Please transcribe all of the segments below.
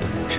本质。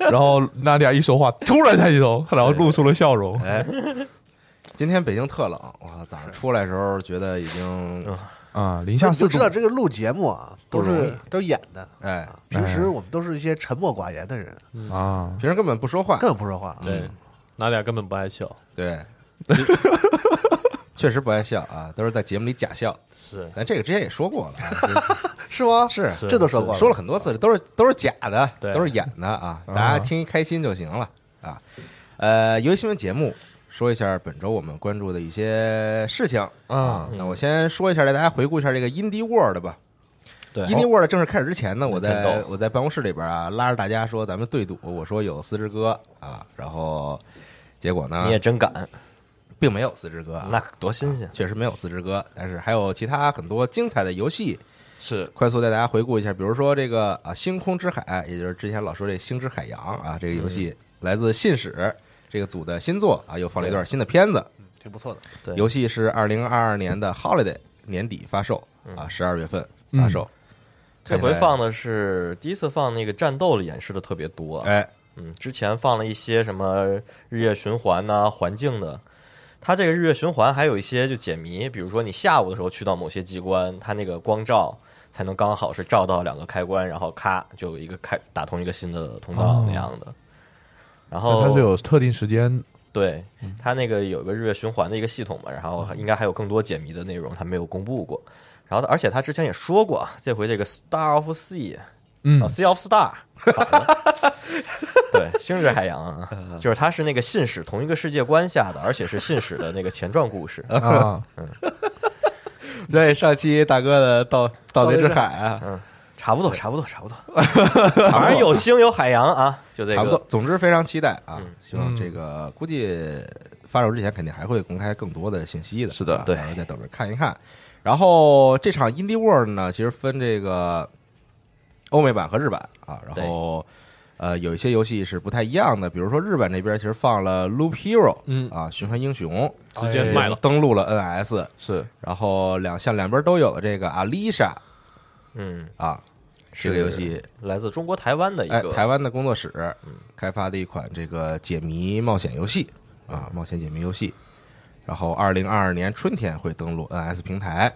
然后娜迪亚一说话，突然抬起头，然后露出了笑容。哎，今天北京特冷，哇，早上出来的时候觉得已经啊，零下你就四知度道，这个录节目啊，都不容是都是演的。啊哎，平时我们都是一些沉默寡言的人，啊，平时根本不说话，根本不说话。啊对娜嗯俩根本不爱笑， 对， 确实不爱笑啊，都是在节目里假笑。是咱这个之前也说过了 啊，是吗？是是这都说过说了很多次，这都是都是假的，对都是演的啊，啊嗯大家听一开心就行了啊。呃，游戏新闻节目说一下本周我们关注的一些事情嗯啊。那我先说一下，带大家回顾一下这个 Indie World 吧。对 Indie World 正式开始之前呢，我在真我在办公室里边啊，拉着大家说咱们对赌，我说有四只哥啊，然后结果呢你也真敢，并没有四只哥啊，那多新鲜！确实没有四只歌，但是还有其他很多精彩的游戏。是快速带大家回顾一下，比如说这个啊，《星空之海》，也就是之前老说这《星之海洋》啊，这个游戏来自信使这个组的新作啊，又放了一段新的片子。挺不错的。对游戏是二零二二年的 Holiday 年底发售啊，十二月份发售。这回放的是第一次放那个战斗的演示的特别多，，哎，嗯，之前放了一些什么日夜循环呐、环境的。它这个日月循环还有一些就解谜，比如说你下午的时候去到某些机关，它那个光照才能刚好是照到两个开关，然后咔就有一个开打通一个新的通道那样的。然后它是有特定时间对，它那个有一个日月循环的一个系统嘛，然后还应该还有更多解谜的内容，它没有公布过。然后他，而且他之前也说过，啊这回这个 Star of Sea 嗯啊，Sea of Star，反了对，星之海洋 啊，嗯就是它是那个信使同一个世界观下的，而且是信使的那个前传故事。嗯啊，对，上期大哥的盗盗贼之海啊，嗯，差不多，差不多，差不多， 反正有星有海洋啊，就这差不多个。。总之非常期待啊嗯，希望这个估计发售之前肯定还会公开更多的信息的。啊是的对大家再等着看一看。然后这场 Indie World 呢，其实分这个欧美版和日版啊，然后。呃，有一些游戏是不太一样的，比如说日本那边其实放了《Loop Hero》，嗯啊，循环英雄直接卖了。登录了 NS，哎是然后两项两边都有了这个 Alisha 嗯，啊，这个游戏来自中国台湾的一哎，个，台湾的工作室嗯开发的一款这个解谜冒险游戏啊，冒险解谜游戏。然后，二零二二年春天会登陆 NS 平台，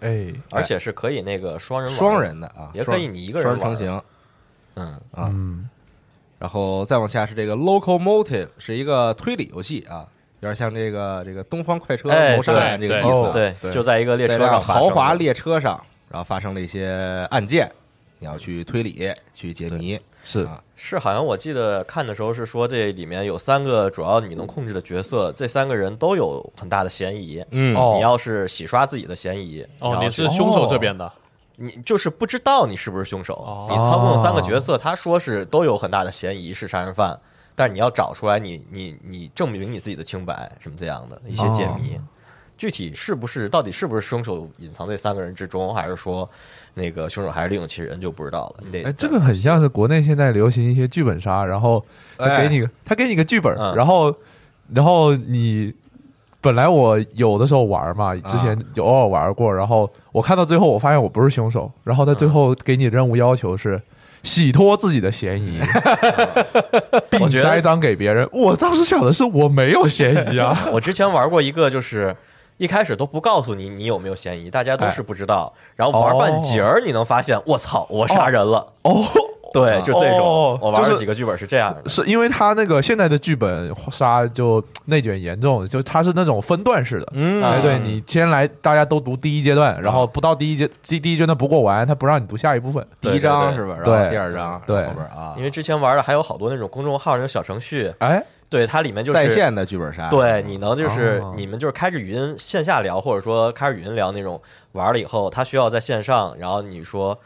哎，而且是可以那个双人玩双，人的啊，也可双以你一个人玩双人成型。嗯，嗯，然后再往下是这个 Local Motive，是一个推理游戏啊，有点像这个这个东方快车哎谋杀案这对个意对思啊。哦对，对嗯就在一个列在车辆上发生豪的华列车上，然后发生了一些案件，你要去推理、去解谜。是啊是，好像我记得看的时候是说这里面有三个主要你能控制的角色，这三个人都有很大的嫌疑。嗯哦你要是洗刷自己的嫌疑，哦然，后你是凶手这边的，你就是不知道你是不是凶手。哦你操控三个角色，他说是都有很大的嫌疑是杀人犯，但你要找出来你，你你证明你自己的清白什么这样的一些解谜。具体是不是到底是不是凶手隐藏在三个人之中，还是说那个凶手还是另有其人就不知道了。你得哎，这个很像是国内现在流行一些剧本杀，然后他给你个、他给你个剧本，嗯然后然后你本来我有的时候玩嘛，之前有偶尔玩过，然后我看到最后我发现我不是凶手，然后他最后给你任务要求是。洗脱自己的嫌疑，并我觉得栽赃给别人。我当时想的是，我没有嫌疑啊。 我之前玩过一个，就是一开始都不告诉你你有没有嫌疑，大家都哎是不知道，然后玩半截儿，你能发现，我操，我杀人了。哦， 对，就这种，哦我玩就了是几个剧本是这样的。是因为他那个现在的剧本杀就内卷严重，就他是那种分段式的。嗯啊哎，对你先来，大家都读第一阶段，然后不到第一阶第第一阶段不过完，他不让你读下一部分。第一章是吧？然对后对第二章对后边啊因，为之前玩的还有好多那种公众号那种小程序，哎，对它里面就是在线的剧本杀，对，你能就是、啊哦你们就是开着语音线下聊，或者说开着语音聊那种玩了以后，他需要在线上，然后你说，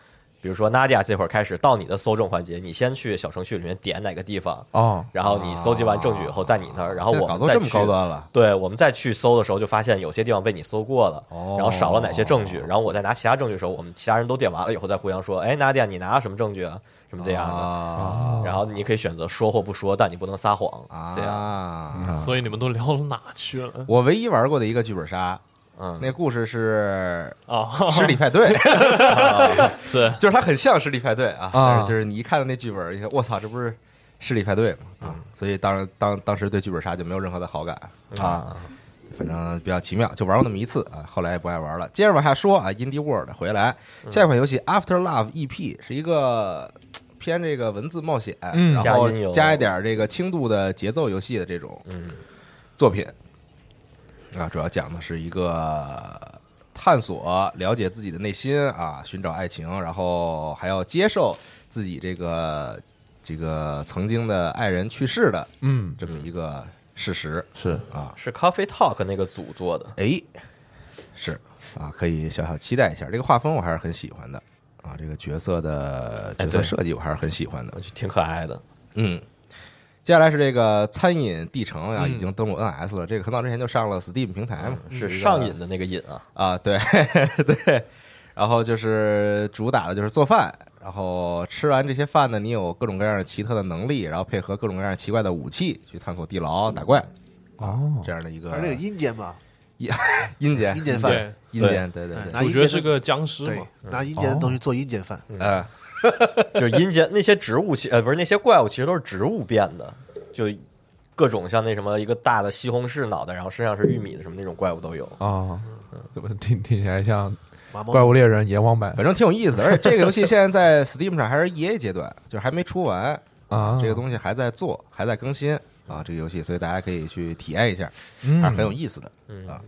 比如说 Nadia 这会儿开始到你的搜证环节，你先去小程序里面点哪个地方，哦，然后你搜集完证据以后在你那儿，然后现在我搞们到再这么去高端了，对，我们再去搜的时候，就发现有些地方被你搜过了，哦然后少了哪些证据，然后我再拿其他证据的时候，我们其他人都点完了以后，再互相说，哎，娜迪亚，你拿了什么证据啊？什么这样的？啊然后你可以选择说或不说，但你不能撒谎，这样，啊！所以你们都聊到哪去了我唯一玩过的一个剧本杀，嗯，那故事是啊？十里派对， 是就是它很像十里派对啊，啊但是就是你一看到那剧本，你看我操，这不是十里派对吗？啊，所以当当当时对剧本杀就没有任何的好感啊。反正比较奇妙，就玩过那么一次啊，后来也不爱玩了。接着往下说啊，Indie World 回来，下一款游戏 After Love EP 是一个嘖偏这个文字冒险，嗯然后加音游加一点这个轻度的节奏游戏的这种嗯作品啊，主要讲的是一个探索、了解自己的内心啊，寻找爱情，然后还要接受自己这个这个曾经的爱人去世的嗯，这么一个事实是啊。是 Coffee Talk 那个组做的，哎，是啊，可以小小期待一下。这个画风我还是很喜欢的啊，这个角色的哎角色对设计我还是很喜欢的我。觉得挺可爱的。嗯，接下来是这个餐饮地城啊，已嗯经登陆 NS 了。这个很早之前就上了 Steam 平台嘛，是嗯一个上瘾的那个瘾啊，啊，对 对，然后就是主打的就是做饭，然后吃完这些饭呢，你有各种各样的奇特的能力，然后配合各种各样奇怪的武器去探索地牢、打怪哦，这样的一个反正这个阴间嘛，阴间阴间饭，对，阴间，对对嗯对对，拿主阴角间是的个僵尸对嘛？，拿阴间的东西做阴间饭，呃，就是阴间那些植物其呃不是那些怪物其实都是植物变的，就各种像那什么一个大的西红柿脑袋，然后身上是玉米的什么那种怪物都有。哦，怎么听听起来像马《怪猫物猎人》阎王版反正挺有意思的。而且这个游戏现在在 Steam 上还是 EA 阶段，就是还没出完，啊？这个东西还在做，还在更新啊，这个游戏，所以大家可以去体验一下，嗯还是很有意思的嗯啊。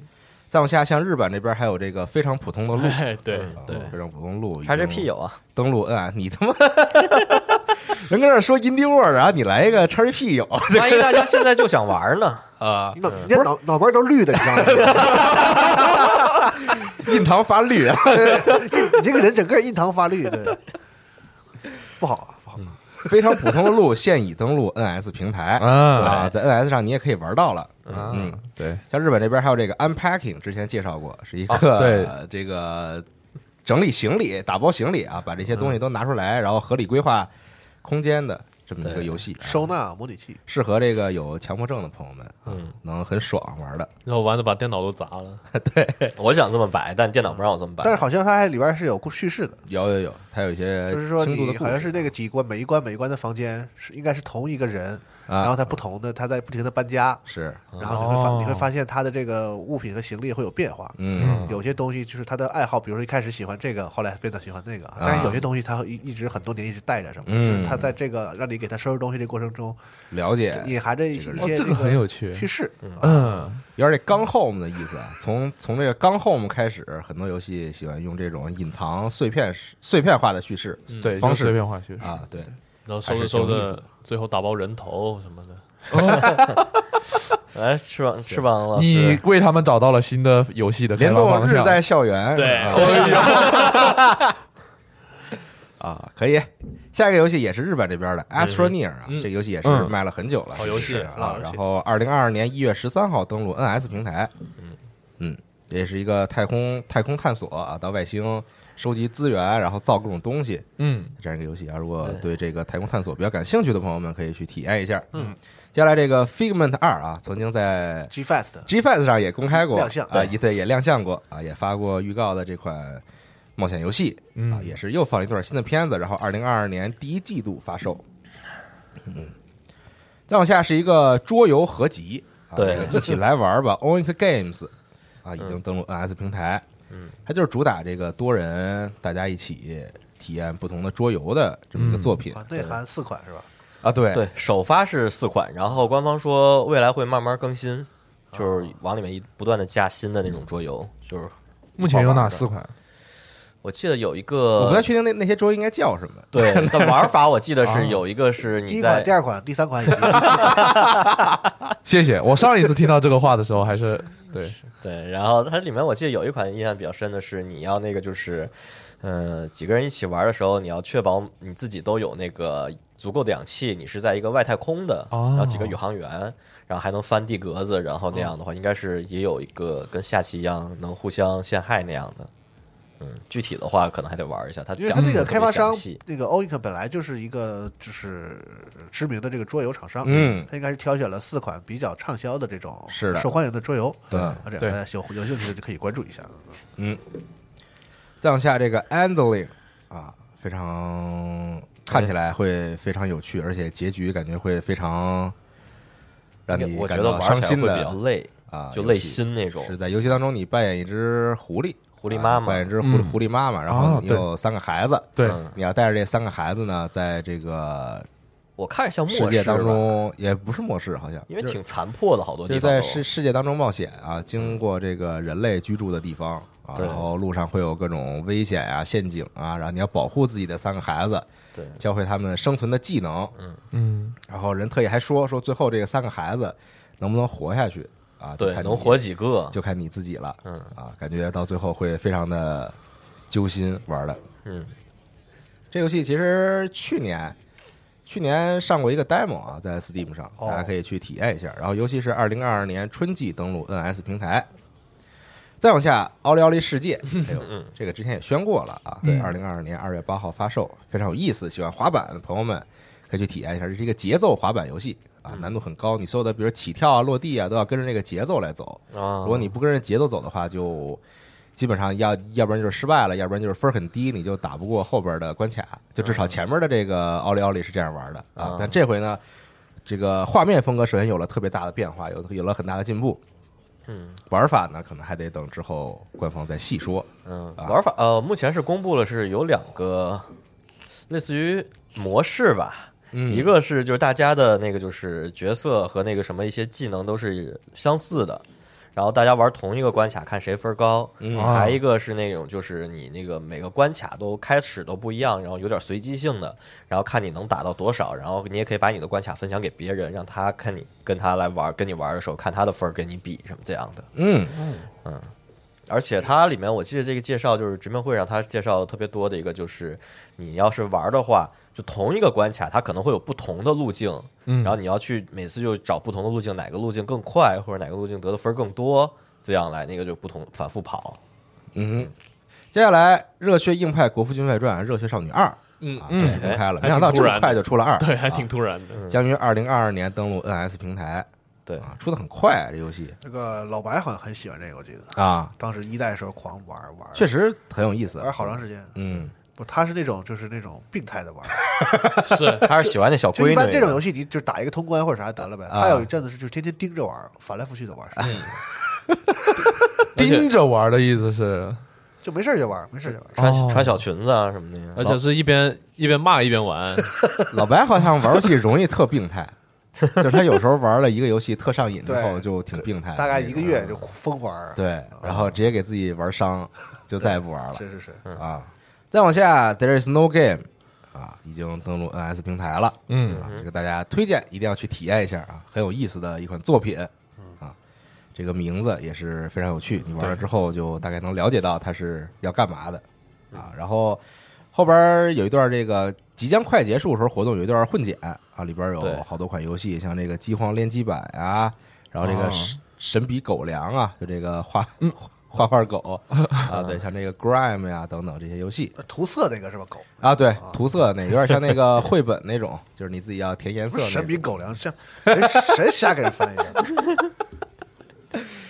再往下，像日本这边还有这个非常普通的路，哎，对嗯啊对，非常普通的路。叉 GP 有啊，登录 N 啊，你他妈人跟那儿说 Indie World，然后你来一个叉 GP 有万一大家现在就想玩呢？啊，你脑你脑脑门儿都绿的，你知道 吗？印堂发绿啊。 你这个人整个印堂发绿，对，不好，啊不好。嗯非常普通的路现已登录 NS 平台啊啊，在 NS 上你也可以玩到了。嗯，对，像日本这边还有这个 Unpacking，之前介绍过，是一个、啊对呃 这个整理行李、打包行李啊，把这些东西都拿出来，然后合理规划空间的这么一个游戏，啊收纳模拟器，适合这个有强迫症的朋友们，啊嗯，能很爽玩的。然后玩的把电脑都砸了，我想这么摆，但电脑不让我这么摆但。是好像它还里边是有故叙事的，有有有，它有一些就是说哎轻度的你故好像事是那个几关，每一关每一关的房间是应该是同一个人，然后啊，他不同的他在不停的搬家，是然后你会发哦你会发现他的这个物品和行李会有变化。嗯有些东西就是他的爱好，比如说一开始喜欢这个，后来变得喜欢那个，但是有些东西他会一一直很多年一直带着什么的，嗯就是他在这个让你给他收拾东西这过程中，了解，隐含着一些哦，一些这个那很有趣，叙事，嗯，有点这刚 home 的意思啊。从从这个刚 home 开始，很多游戏喜欢用这种隐藏碎片式碎片化的叙事对，方就式随便画叙事，啊，对，然后还收着是收挺有意思着，最后打包人头什么的， 哎，翅膀翅膀老你师，为他们找到了新的游戏的开联发动方日向，在校园， 对啊啊，可以。下一个游戏也是日本这边的 Astroneer 啊，嗯这个游戏也是嗯卖了很久了，好游戏是老啊。游戏然后二零二二年一月十三号登陆 NS 平台，嗯嗯，也是一个太空太空探索啊，到外星收集资源，然后造各种东西嗯，这样一个游戏啊。如果对这个太空探索比较感兴趣的朋友们，可以去体验一下。嗯，接下来这个 Figment 二啊，曾经在 G Fast 的 G Fest 上也公开过亮相啊，也对也亮相过啊，也发过预告的这款冒险游戏、啊，也是又放了一段新的片子，然后二零二二年第一季度发售。嗯，再往下是一个桌游合集，啊、对这个一起来玩吧，Oink Games 啊，已经登陆 NS 平台。嗯，它就是主打这个多人大家一起体验不同的桌游的这么一个作品、啊，内含四款是吧？啊，对对，首发是四款，然后官方说未来会慢慢更新，就是往里面一不断的加新的那种桌游，就是目前有哪四款？我记得有一我不太个。确定那那些桌游应该叫什么。对，但玩法我记得啊是有一个是第嗯你一款、在第二款、第三款以及第四款，谢谢，我上一次听到这个话的时候还是对，对，然后它里面我记得有一款印象比较深的是，你要那个就是，呃，几个人一起玩的时候，你要确保你自己都有那个足够的氧气，你是在一个外太空的，哦然后几个宇航员，然后还能翻地格子，然后那样的话，应该是也有一个跟下棋一样能互相陷害那样的。嗯，具体的话可能还得玩一下，他因为讲它那得个特别开发详商细那个 Oink 本来就是一个就是知名的这个桌游厂商，嗯它应该是挑选了四款比较畅销的这种是的受欢迎的桌游，对啊，这样对大家有有兴趣的就可以关注一下。再往下这个 Andling 啊，非常看起哎来会非常有趣，而且结局感觉会非常让你我觉感得到玩伤起来心会比较的累，啊，就游累戏。心那种。是在游戏当中，你扮演一只狐狸，狐狸啊妈妈扮演一只狐嗯狐狸妈妈，然啊后你对有三个孩子，对嗯你要带着这三个孩子呢，在这个我看着像世末界世当吧，中也不是末世，好像因为就是挺残破的，好多就是地方哦在都世世界当中冒险啊，经过这个人类居住的地方啊，对然后路上会有各种危险啊、陷阱啊，然后你要保护自己的三个孩子，对教会他们生存的技能。嗯，然后人特意还说说最后这个三个孩子能不能活下去啊？就对看你能活几个就看你自己了。嗯啊，感觉到最后会非常的揪心玩的。嗯，这游戏其实去年去年上过一个 demo 啊，在 Steam 上，哦大家可以去体验一下。然后尤其是二零二二年春季登陆 NS 平台。再往下，《奥利奥利世界》嗯哎呦，这个之前也宣过了啊，对，二零二二年二月八号发售，非常有意思。喜欢滑板的朋友们可以去体验一下，这是一个节奏滑板游戏啊，嗯难度很高，你所有的比如起跳啊、落地啊，都要跟着这个节奏来走。啊如，果你不跟着节奏走的话，就基本上要要不然就是失败了，要不然就是分儿很低，你就打不过后边的关卡。就至少前面的这个奥利奥利是这样玩的啊嗯，但这回呢，这个画面风格首先有了特别大的变化，有有了很大的进步。嗯玩法呢，可能还得等之后官方再细说。嗯，啊玩法呃，目前是公布了是有两个类似于模式吧，嗯一个是就是大家的那个就是角色和那个什么一些技能都是相似的，然后大家玩同一个关卡，看谁分儿高。嗯还一个是那种就是你那个每个关卡都开始都不一样，然后有点随机性的，然后看你能打到多少，然后你也可以把你的关卡分享给别人，让他看你跟他来玩，跟你玩的时候看他的分儿跟你比什么这样的。嗯，而且它里面我记得这个介绍就是直面会上它介绍的特别多的一个就是，你要是玩的话，就同一个关卡它可能会有不同的路径，嗯然后你要去每次就找不同的路径，哪个路径更快或者哪个路径得的分更多，这样来那个就不同反复跑。嗯哼，接下来《热血硬派国服军外传》《热血少女二》嗯啊，这嗯也公开了，哎没想到还这挺突然嗯么快就出了二，对，还啊挺突然的。将于二零二二年登陆 NS 平台对，啊，出的很快这游戏这个老白好像很喜欢这个，我记得啊，当时一代的时候狂玩玩，确实很有意思，玩好长时间。嗯，不，他是那种就是那种病态的玩， 是，他是喜欢那小就闺一般女，这种游戏你就打一个通关或者啥得了呗。啊嗯他有一阵子是就天天盯着玩，翻来覆去的玩，而且盯着玩的意思是，就没事儿就玩，没事儿就玩。穿哦穿小裙子啊什么的，而且是一边一边骂一边玩，老白好像玩游戏容易特病 态，就是他有时候玩了一个游戏特上瘾之后对就挺病态的那种，啊大概一个月就嗯疯玩，，对，然后直接给自己玩伤，就再也不玩了是是是，啊。再往下，There is no game 啊，已经登陆 NS 平台了。嗯，啊，这个大家推荐一定要去体验一下啊，很有意思的一款作品啊，这个名字也是非常有趣，你玩了之后就大概能了解到它是要干嘛的嗯啊。然后后边有一段这个即将快结束的时候活动有一段混剪啊，里边对有好多款游戏，像这个《饥荒联机版》啊，然后这个哦嗯神神笔狗粮啊，就这个画 画画狗 啊，对，像这个 Grime 呀、等等这些游戏，涂色那个是吧？狗啊，对，哦涂色那有点像那个绘本那种，就是你自己要填颜不色是那神种。笔狗粮，像谁谁瞎给人翻译的？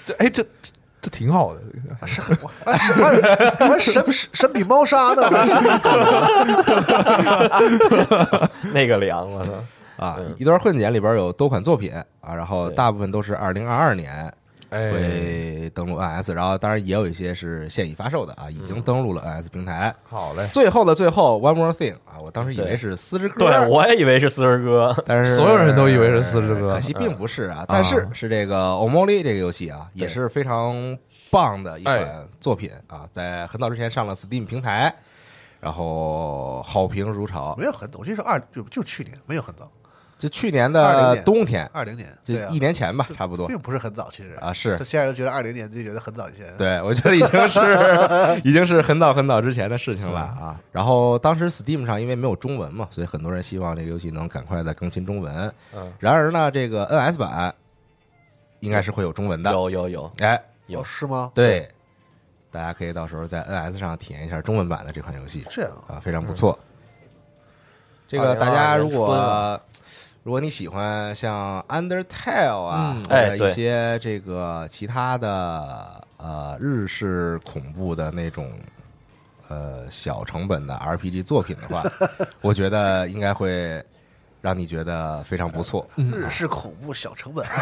这哎这这这挺好的，神我啊神我神神笔猫砂呢？ 那个凉我操，啊嗯，一段混剪里边有多款作品啊，然后对大部分都是二零二二年哎，会登陆 NS，然后当然也有一些是现已发售的啊，已经登陆了 NS 平台。好嘞，最后的最后，One More Thing 啊，我当时以为对是四之歌，对我也以为是四十哥， 但是哎所有人都以为是四之歌可惜并不是啊。但是是这个《o m o l i 这个游戏啊，也是非常棒的一哎款作品啊，在很早之前上了 Steam 平台，然后好评如潮 没。有很早，我记得是二就就去年，没有很早，就去年20的年冬天，二零年，就对啊一，年前吧，差不多并。不是很早，其实啊是现在都觉得二零年就觉得很早以前， 对，我觉得已经是 已经是很早很早之前的事情了啊。然后当时 Steam 上因为没有中文嘛，所以很多人希望这个游戏能赶快的更新中文。嗯，然而呢，这个 NS 版应该是会有中文的。有有有，哎，有哦是吗？对，大家可以到时候在 NS 上体验一下中文版的这款游戏这样，啊，非常不错。这个大家如2022年春果如果你喜欢像 Undertale 啊，嗯或哎者对一些这个其他的呃日式恐怖的那种。呃，小成本的 RPG 作品的话，我觉得应该会让你觉得非常不错。日式恐怖小成本，啊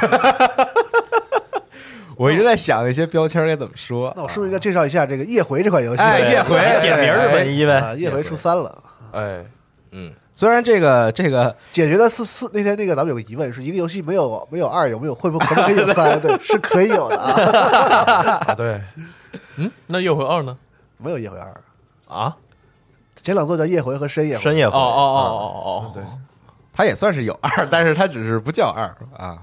我一直在想那些标签该怎么说。那我是不是应该介绍一下这个《夜回》这款游戏？哎夜回点名日本一啊，呗， 《夜回》出三了， 哎，嗯，虽然这个这个解决了四四那天那个咱们有个疑问，说一个游戏没有没有二有没有会不会可不可以有三？对，是可以有的啊， 啊对，嗯，那又回二呢？没有《夜回二》。啊，前两座叫《夜回》和《深夜回》，深夜哦会哦嗯哦哦哦，对，它也算是有二，但是它只是不叫二啊。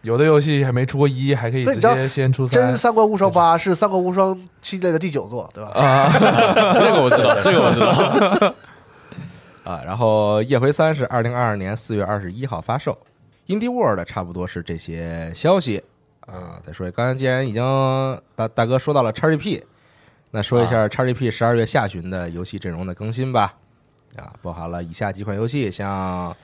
有的游戏还没出过一，还可以所以直你知道接先出真三《三国无双八》是《三国无双》系列的第九座，对吧？啊，这个我知道，这个我知道。啊，然后《夜回三》是二零二二年四月二十一号发售，Indie World 差不多是这些消息啊。再说，刚才既然已经大大哥说到了 XGP，那说一啊下 XGP 十二月下旬的游戏阵容的更新吧。啊，包含了以下几款游戏，像《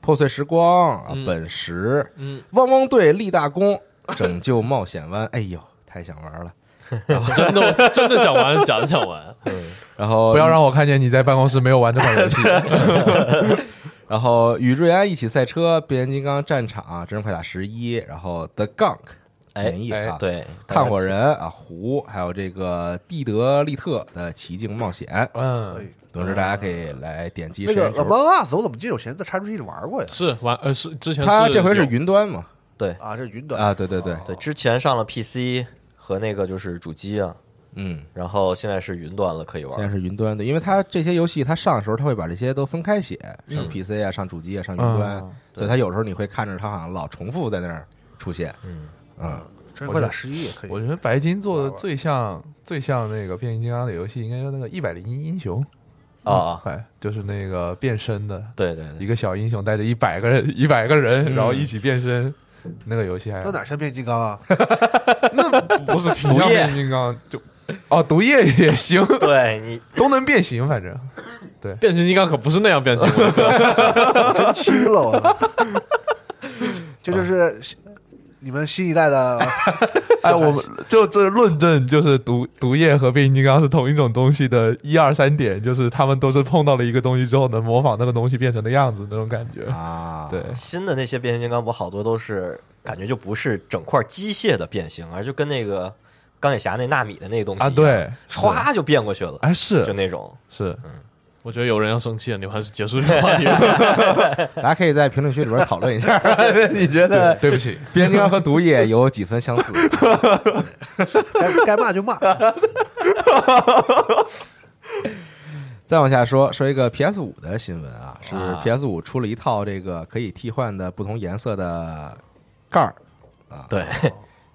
破碎时光》啊、嗯本石》、嗯，汪汪队立大功、拯救冒险湾。 哎呦，太想玩了！ 真的我真的想玩，假的想玩。 然后 不要让我看见你在办公室没有玩这款游 戏，然后与瑞安一起赛车、变形金刚战场、真人快打十一，然后 The Gunk 哎演绎啊，哎，对，看火人啊，胡，还有这个蒂德利特的奇境冒险，嗯，总之大家可以来点击那时个间《轴。 Among Us》，我怎么记得我以前在 XGP 里玩过呀？是玩呃是之前它这回是有云端嘛？对啊，这是云端啊，对对对，对，之前上了 PC 和那个就是主机啊，嗯，然后现在是云端了，可以玩现在。是云端的，因为它这些游戏它上的时候，它会把这些都分开写，上 PC 啊，上主机啊，上云端，嗯所以它有时候你会看着它好像老重复在那儿出现，嗯嗯，真快打十一也可以。我觉得白金做的最像最像那个变形金刚的游戏，应该叫那个一百零一英雄啊，啊，哎，就是那个变身的对对 一对，个小英雄带着一百个人一百个人，然后嗯一起变身，那个游戏还那哪像变形金刚啊？不是挺毒像液变形金刚就哦，毒液也行，对你都能变形，反正变形金刚可不是那样变形的，轻了我操，这就是你们新一代的哎，我们就这论证就是毒毒液和变形金刚是同一种东西的一二三点，就是他们都是碰到了一个东西之后能模仿那个东西变成的样子那种感觉。啊，对，新的那些变形金刚，我好多都是感觉就不是整块机械的变形，而就跟那个钢铁侠那纳米的那个东西啊，一样，对，歘就变过去了，哎啊就是那种。是，嗯 我觉得有人要生气了，你们还是结束这个话题吧。大家可以在评论区里边讨论一下，你觉得 对不起， 变形金刚和毒液有几分相似？ 该该骂就骂，再往下说，说一个 PS 五的新闻啊，是啊 PS 五出了一套这个可以替换的不同颜色的盖儿，对，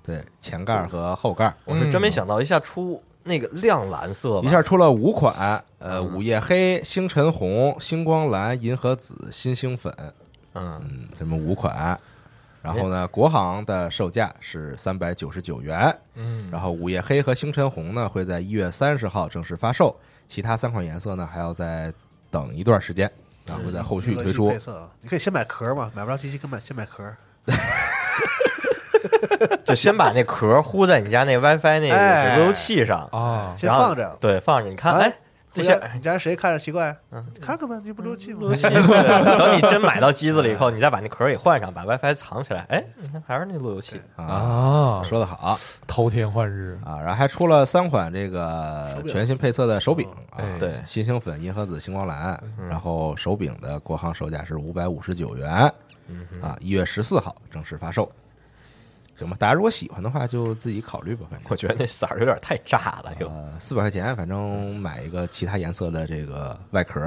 对，前盖儿和后盖儿，我是真没想到一下出那个亮蓝色吧，一下出了五款，呃，午夜黑、星辰红、星光蓝、银河紫、新星粉，嗯，嗯，这么五款。然后呢，国行的售价是三百九十九元，嗯，然后午夜黑和星辰红呢会在一月三十号正式发售，其他三款颜色呢还要再等一段时间，然后会在后续推出配。色啊。你可以先买壳嘛，买不着机器可以买先买壳。就先把那壳糊在你家那 WiFi 那个哎回路器上，啊，先然后放着对，放着，你看，完哎，这些回家你家谁看着奇怪？看看吧，你不漏气吗？ 对等你真买到机子了以后，你再把那壳儿给换上，把 WiFi 藏起来。哎，你看还是那路由器，啊，啊，说得好偷天换日，啊！然后还出了三款这个手柄全新配色的手柄啊哎，嗯对嗯新星粉、银河紫、星光蓝。然后手柄的国行售价是五百五十九元，嗯啊，一月十四号正式发售。行吧，大家如果喜欢的话，就自己考虑吧。反正我觉得那色儿有点太炸了，又呃，四百块钱，反正买一个其他颜色的这个外壳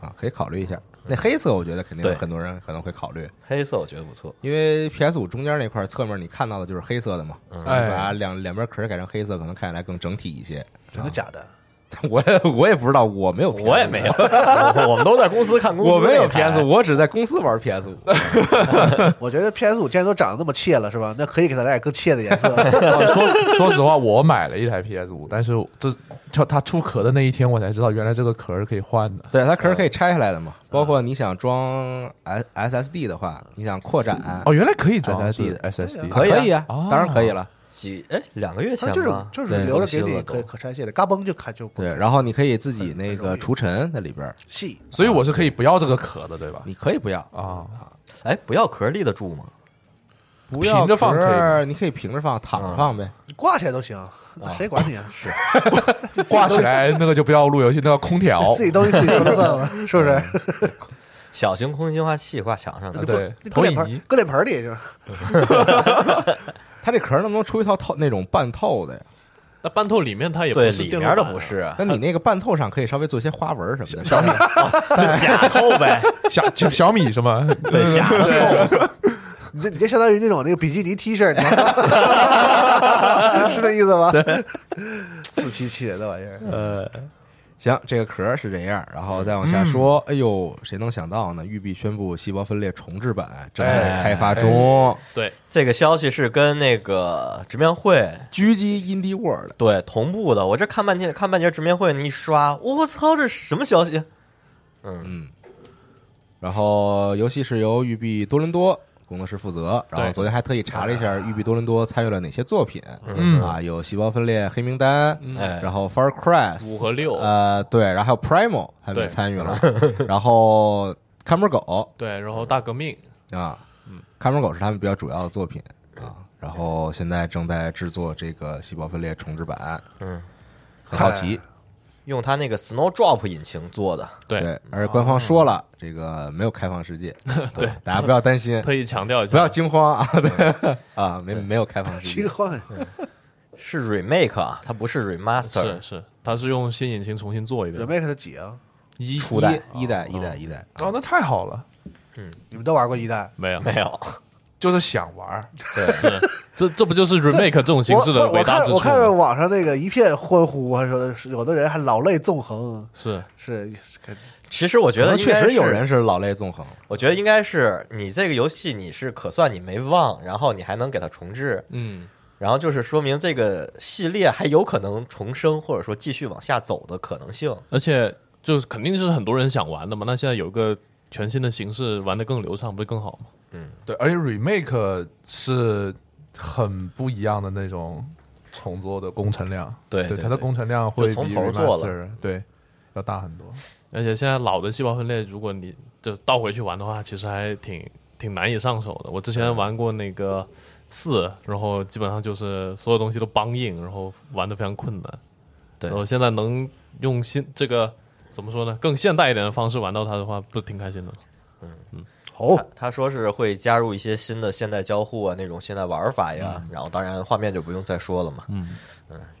啊，可以考虑一下。那黑色我觉得肯定嗯对有很多人可能会考虑，黑色我觉得不错。因为 PS 五中间那块侧面你看到的就是黑色的嘛，所嗯以哎把两两边壳改成黑色，可能看起来更整体一些。真的假的？ 我我也不知道，我没有 PS5，我也没有，我们都在公司看公司那我台。没有 PS，我只在公司玩 PS 五。我觉得 PS 五既然都长得那么怯了，是吧？那可以给它来点更怯的颜色。啊说说实话，我买了一台 PS 五，但是这就它出壳的那一天，我才知道原来这个壳是可以换的。对，它壳儿可以拆下来的嘛，包括你想装 S SSD 的话，你想扩展，哦，原来可以装 SSD 的 SSD，可以啊以啊，哦当然可以了。几哎两个月前它就是吧，就是对留更着给新你了都可可拆卸的，嘎嘣就开就对，然后你可以自己那很容个易除尘在里边儿，细所以我是可以不要这个壳的，对吧？你可以不要，啊，哎不要壳儿立得住吗？不要平着放壳可以儿，你可以嗯平着放，躺着放呗。你挂起来都行，那谁管你啊？ 是挂起来那个就不要路由器，那叫空调自。己东西自己说了算嘛，是不是？小型空气净化器挂墙上啊的， 对你，搁投脸影盆仪搁脸盆里就是。它这壳儿能不能出一套透那种半透的呀？那半透里面它也不对是里电路面板的啊不是，那你那个半透上可以稍微做一些花纹儿什 么的。小米就假透呗，小小小米嗯什么？对假的透，你这你这相当于那种那个比基尼 T 恤，你知道吗是这意思吗？自欺欺人的玩意儿，行，这个壳儿是这样，然后再往嗯下说，哎呦，谁能想到呢？育碧宣布《细胞分裂》重制版正哎在开发中，对，这个消息是跟那个直面会狙击 Indie World。对同步的。我这看半天，看半截直面会，你一刷，我操，这什么消息？然后游戏是由育碧多伦多工作室负责。然后对哎昨天还特意查了一下育碧多伦多参与了哪些作品，嗯啊，有《细胞分裂》黑名单，哎然后《Far Cry》嗯五和六呃，对，然后还有《Primal》还没对参与了，然后《看门狗对，然后大革命，》啊，《看门狗》是他们比较主要的作品啊。然后现在正在制作这个《细胞分裂》重制版，嗯，很好奇，用它那个 Snowdrop 引擎做的，对，而官方说了，这个没有开放世界，对，大家不要担心， 特意强调一下，不要惊慌啊，对啊， 没没有开放世奇界，幻是 remake 啊，它不是 remaster，是是，它是用新引擎重新做一遍， remake 的几啊？一初代、一代、一代、一啊代，哦，那太好了，你们都玩过一代？没有没有，就是想玩儿，这这不就是 remake 这种形式我的不伟我大看之我处看着吗？网上那个一片欢呼，还说是有的人还老泪纵横，啊是是其实我觉可得能应确该实有是人是老泪纵横，我觉得应该是你这个游戏你是可算你没忘，然后你还能给它重置，嗯，然后就是说明这个系列还有可能重生或者说继续往下走的可能性。而且就是肯定是很多人想玩的嘛，那现在有一个全新的形式，玩的更流畅，不是更好吗？对，而且 remake 是很不一样的那种重做的工程量，对对对，它的对工程量会就从比头做了 remaster 对要大很多。而且现在老的细胞分裂，如果你就倒回去玩的话，其实还挺挺难以上手的。我之前玩过那个四，然后基本上就是所有东西都梆硬，然后玩的非常困难。对然后现在能用新这个怎么说呢，更现代一点的方式玩到它的话，不是挺开心的吗？哦，他说是会加入一些新的现代交互啊，那种现代玩法呀，然后当然画面就不用再说了嘛。嗯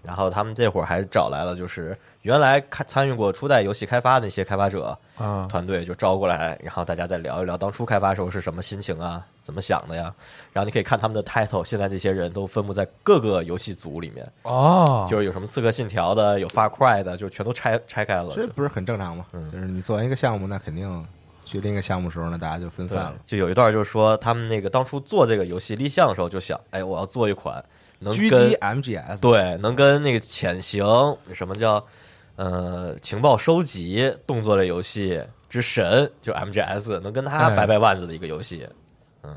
然后他们这会儿还找来了，就是原来看参与过初代游戏开发的一些开发者啊团队就招过来，然后大家再聊一聊当初开发时候是什么心情啊，怎么想的呀。然后你可以看他们的 title，现在这些人都分布在各个游戏组里面，啊哦，就是有什么《刺客信条》的，有《发快》的，就全都拆拆开了。这就不是很正常吗？就是你做完一个项目，那肯定去另一个项目的时候呢，大家就分对散了，，就有一段就是说他们那个当初做这个游戏立项的时候就想，哎，我要做一款能狙跟击 MGS，对能跟那个潜行什么叫呃情报收集动作类游戏之神，就 MGS 能跟它哎掰掰腕子的一个游戏，嗯。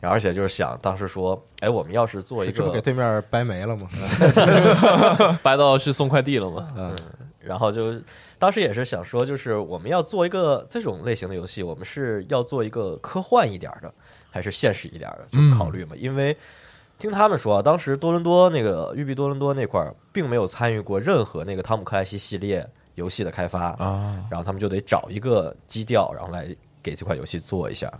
然后而且就是想，当时说，哎，我们要是做一是这不给个，对面掰没了吗？ 掰到去送快递了吗？呃然后就当时也是想说，就是我们要做一个这种类型的游戏，我们是要做一个科幻一点儿的，还是现实一点儿的，就考虑嘛。因为听他们说啊，当时多伦多那个育碧多伦多那块儿，并没有参与过任何那个汤姆克莱西系列游戏的开发啊，然后他们就得找一个基调，然后来给这款游戏做一下。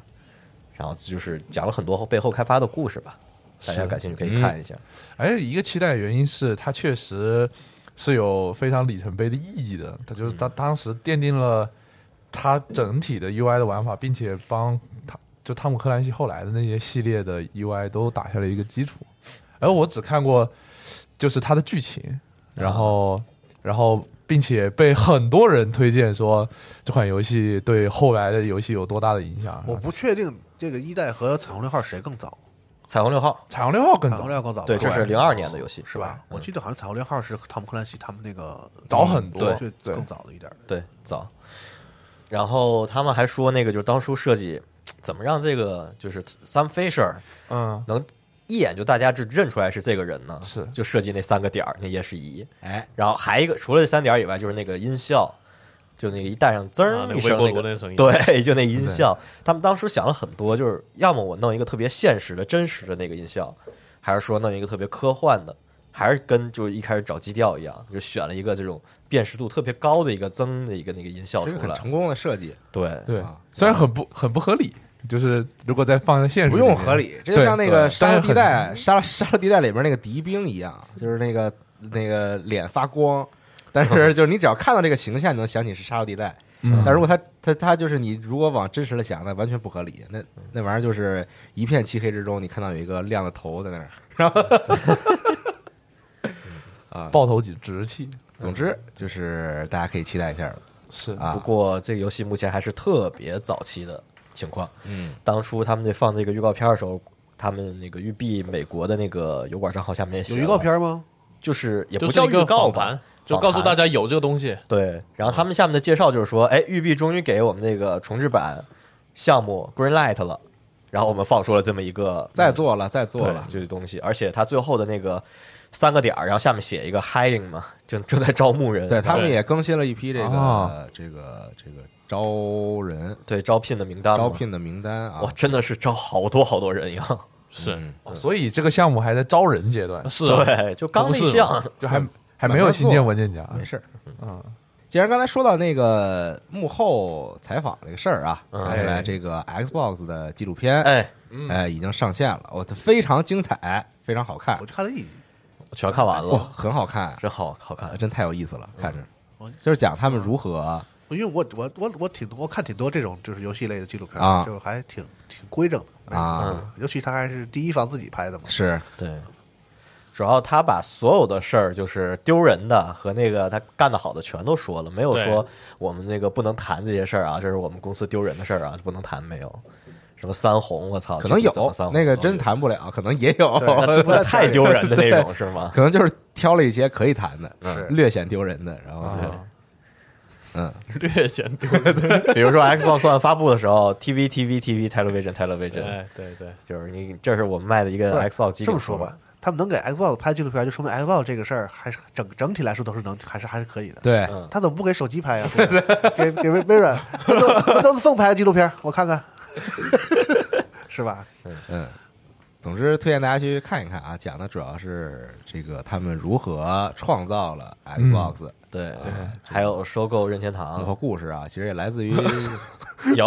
然后就是讲了很多背后开发的故事吧，大家感兴趣可以看一下。而哎且一个期待的原因是它确实是有非常里程碑的意义的，它就是当当时奠定了它整体的 UI 的玩法，并且帮它就汤姆克兰西后来的那些系列的 UI 都打下了一个基础。而我只看过就是它的剧情，然啊后然后。并且被很多人推荐说这款游戏对后来的游戏有多大的影响。我不确定这个一代和彩虹六号谁更早，彩虹六号，彩虹六号更彩早虹六号更早吧，对，这是嗯零二年的游戏，是吧？我记得好像彩虹六号是汤姆克兰西他们那个嗯早很多就对更早的一点儿。对，早。然后他们还说那个就是当初设计怎么让这个就是 Sam Fisher 嗯，能一眼就大家就认出来是这个人呢？是就设计那三个点儿，那夜视仪，哎，然后还一个除了这三点儿以外，就是那个音效，就那个一戴上滋啊儿那一微声波那炉个那声音对，就那音效。他们当时想了很多，就是要么我弄一个特别现实的、真实的那个音效，还是说弄一个特别科幻的，还是跟就是一开始找基调一样，就选了一个这种辨识度特别高的一个增的一个那个音效这是出很来。成功的设计，对，对啊，虽然很不很不合理，就是如果再放在现实，不用合，理，这就对像那个《对杀戮但是地很带》《杀戮杀戮地带》里边那个敌兵一样，就是那个那个脸发光，但是就是你只要看到这个形象，你能想起是《杀戮地带》嗯但如果他他他就是你如果往真实的想，那完全不合理，那那玩意儿就是一片漆黑之中，你看到有一个亮的头在那儿。啊爆头几直气总之就是大家可以期待一下了是啊不过这个游戏目前还是特别早期的情况。嗯，当初他们在放这个预告片的时候，他们那个育碧美国的那个油管账号下面也有写预告了，片吗？就是也就不是叫一预个告访吧谈，，就告诉大家。家有这个东西。对，然后他们下面的介绍就是说，哎，育碧终于给我们这个重置版项目 green light 了，然后我们放出了这么一个再做了，再做做了了，这个东西，而且它最后的那个三个点儿，然后下面写一个 hiring 嘛，正正在招募人，对他们对也更新了一批这啊个这个这个招人对招聘的名单嘛，招聘的名单啊哇，，真的是招好多好多人呀，是嗯所以这个项目还在招人阶段，是啊，对，就刚不立是项，就还还没慢有慢新建做文件啊夹，没事儿。啊嗯，既然刚才说到那个幕后采访这个事儿啊，嗯想起来这个 Xbox 的纪录片，哎，哎，已经上线了，我、它非常精彩，非常好看我，就看了一集，全看完哇了，嗯很好看，啊真好好看。真太有意思了，看着，就是讲他们如何因为我我我我挺多我看挺多这种就是游戏类的纪录片啊儿，就还挺挺规整的啊，嗯尤其他还是第一方自己拍的嘛，是对，主要他把所有的事儿，就是丢人的和那个他干得好的全都说了，没有对说我们那个不能谈这些事儿啊，这是我们公司丢人的事儿啊，不能谈没有。什么三红，我操，可能有具体怎么三红那个都有真谈不了，可能也有，对那真不是太丢人的那种是吗？ 可能就是挑了一些可以谈的，是嗯略显丢人的，然后对，嗯，略显 丢人。比如说 Xbox One 发布的时候，TV TV TV Television Television，对哎对对，就是你这是我们卖的一个不是 Xbox 机。这么说吧，，他们能给 Xbox 拍纪录片，就说明 Xbox 这个事儿还是整整体来说都是能，还是还是可以的。对，嗯他怎么不给手机拍呀、给给微微软 Windows Windows Phone 拍纪录片，我看看，是吧？嗯，总之推荐大家去看一看啊，讲的主要是这个他们如何创造了嗯 Xbox 对，还有收购任天幕后堂，故事啊，其实也来自 于有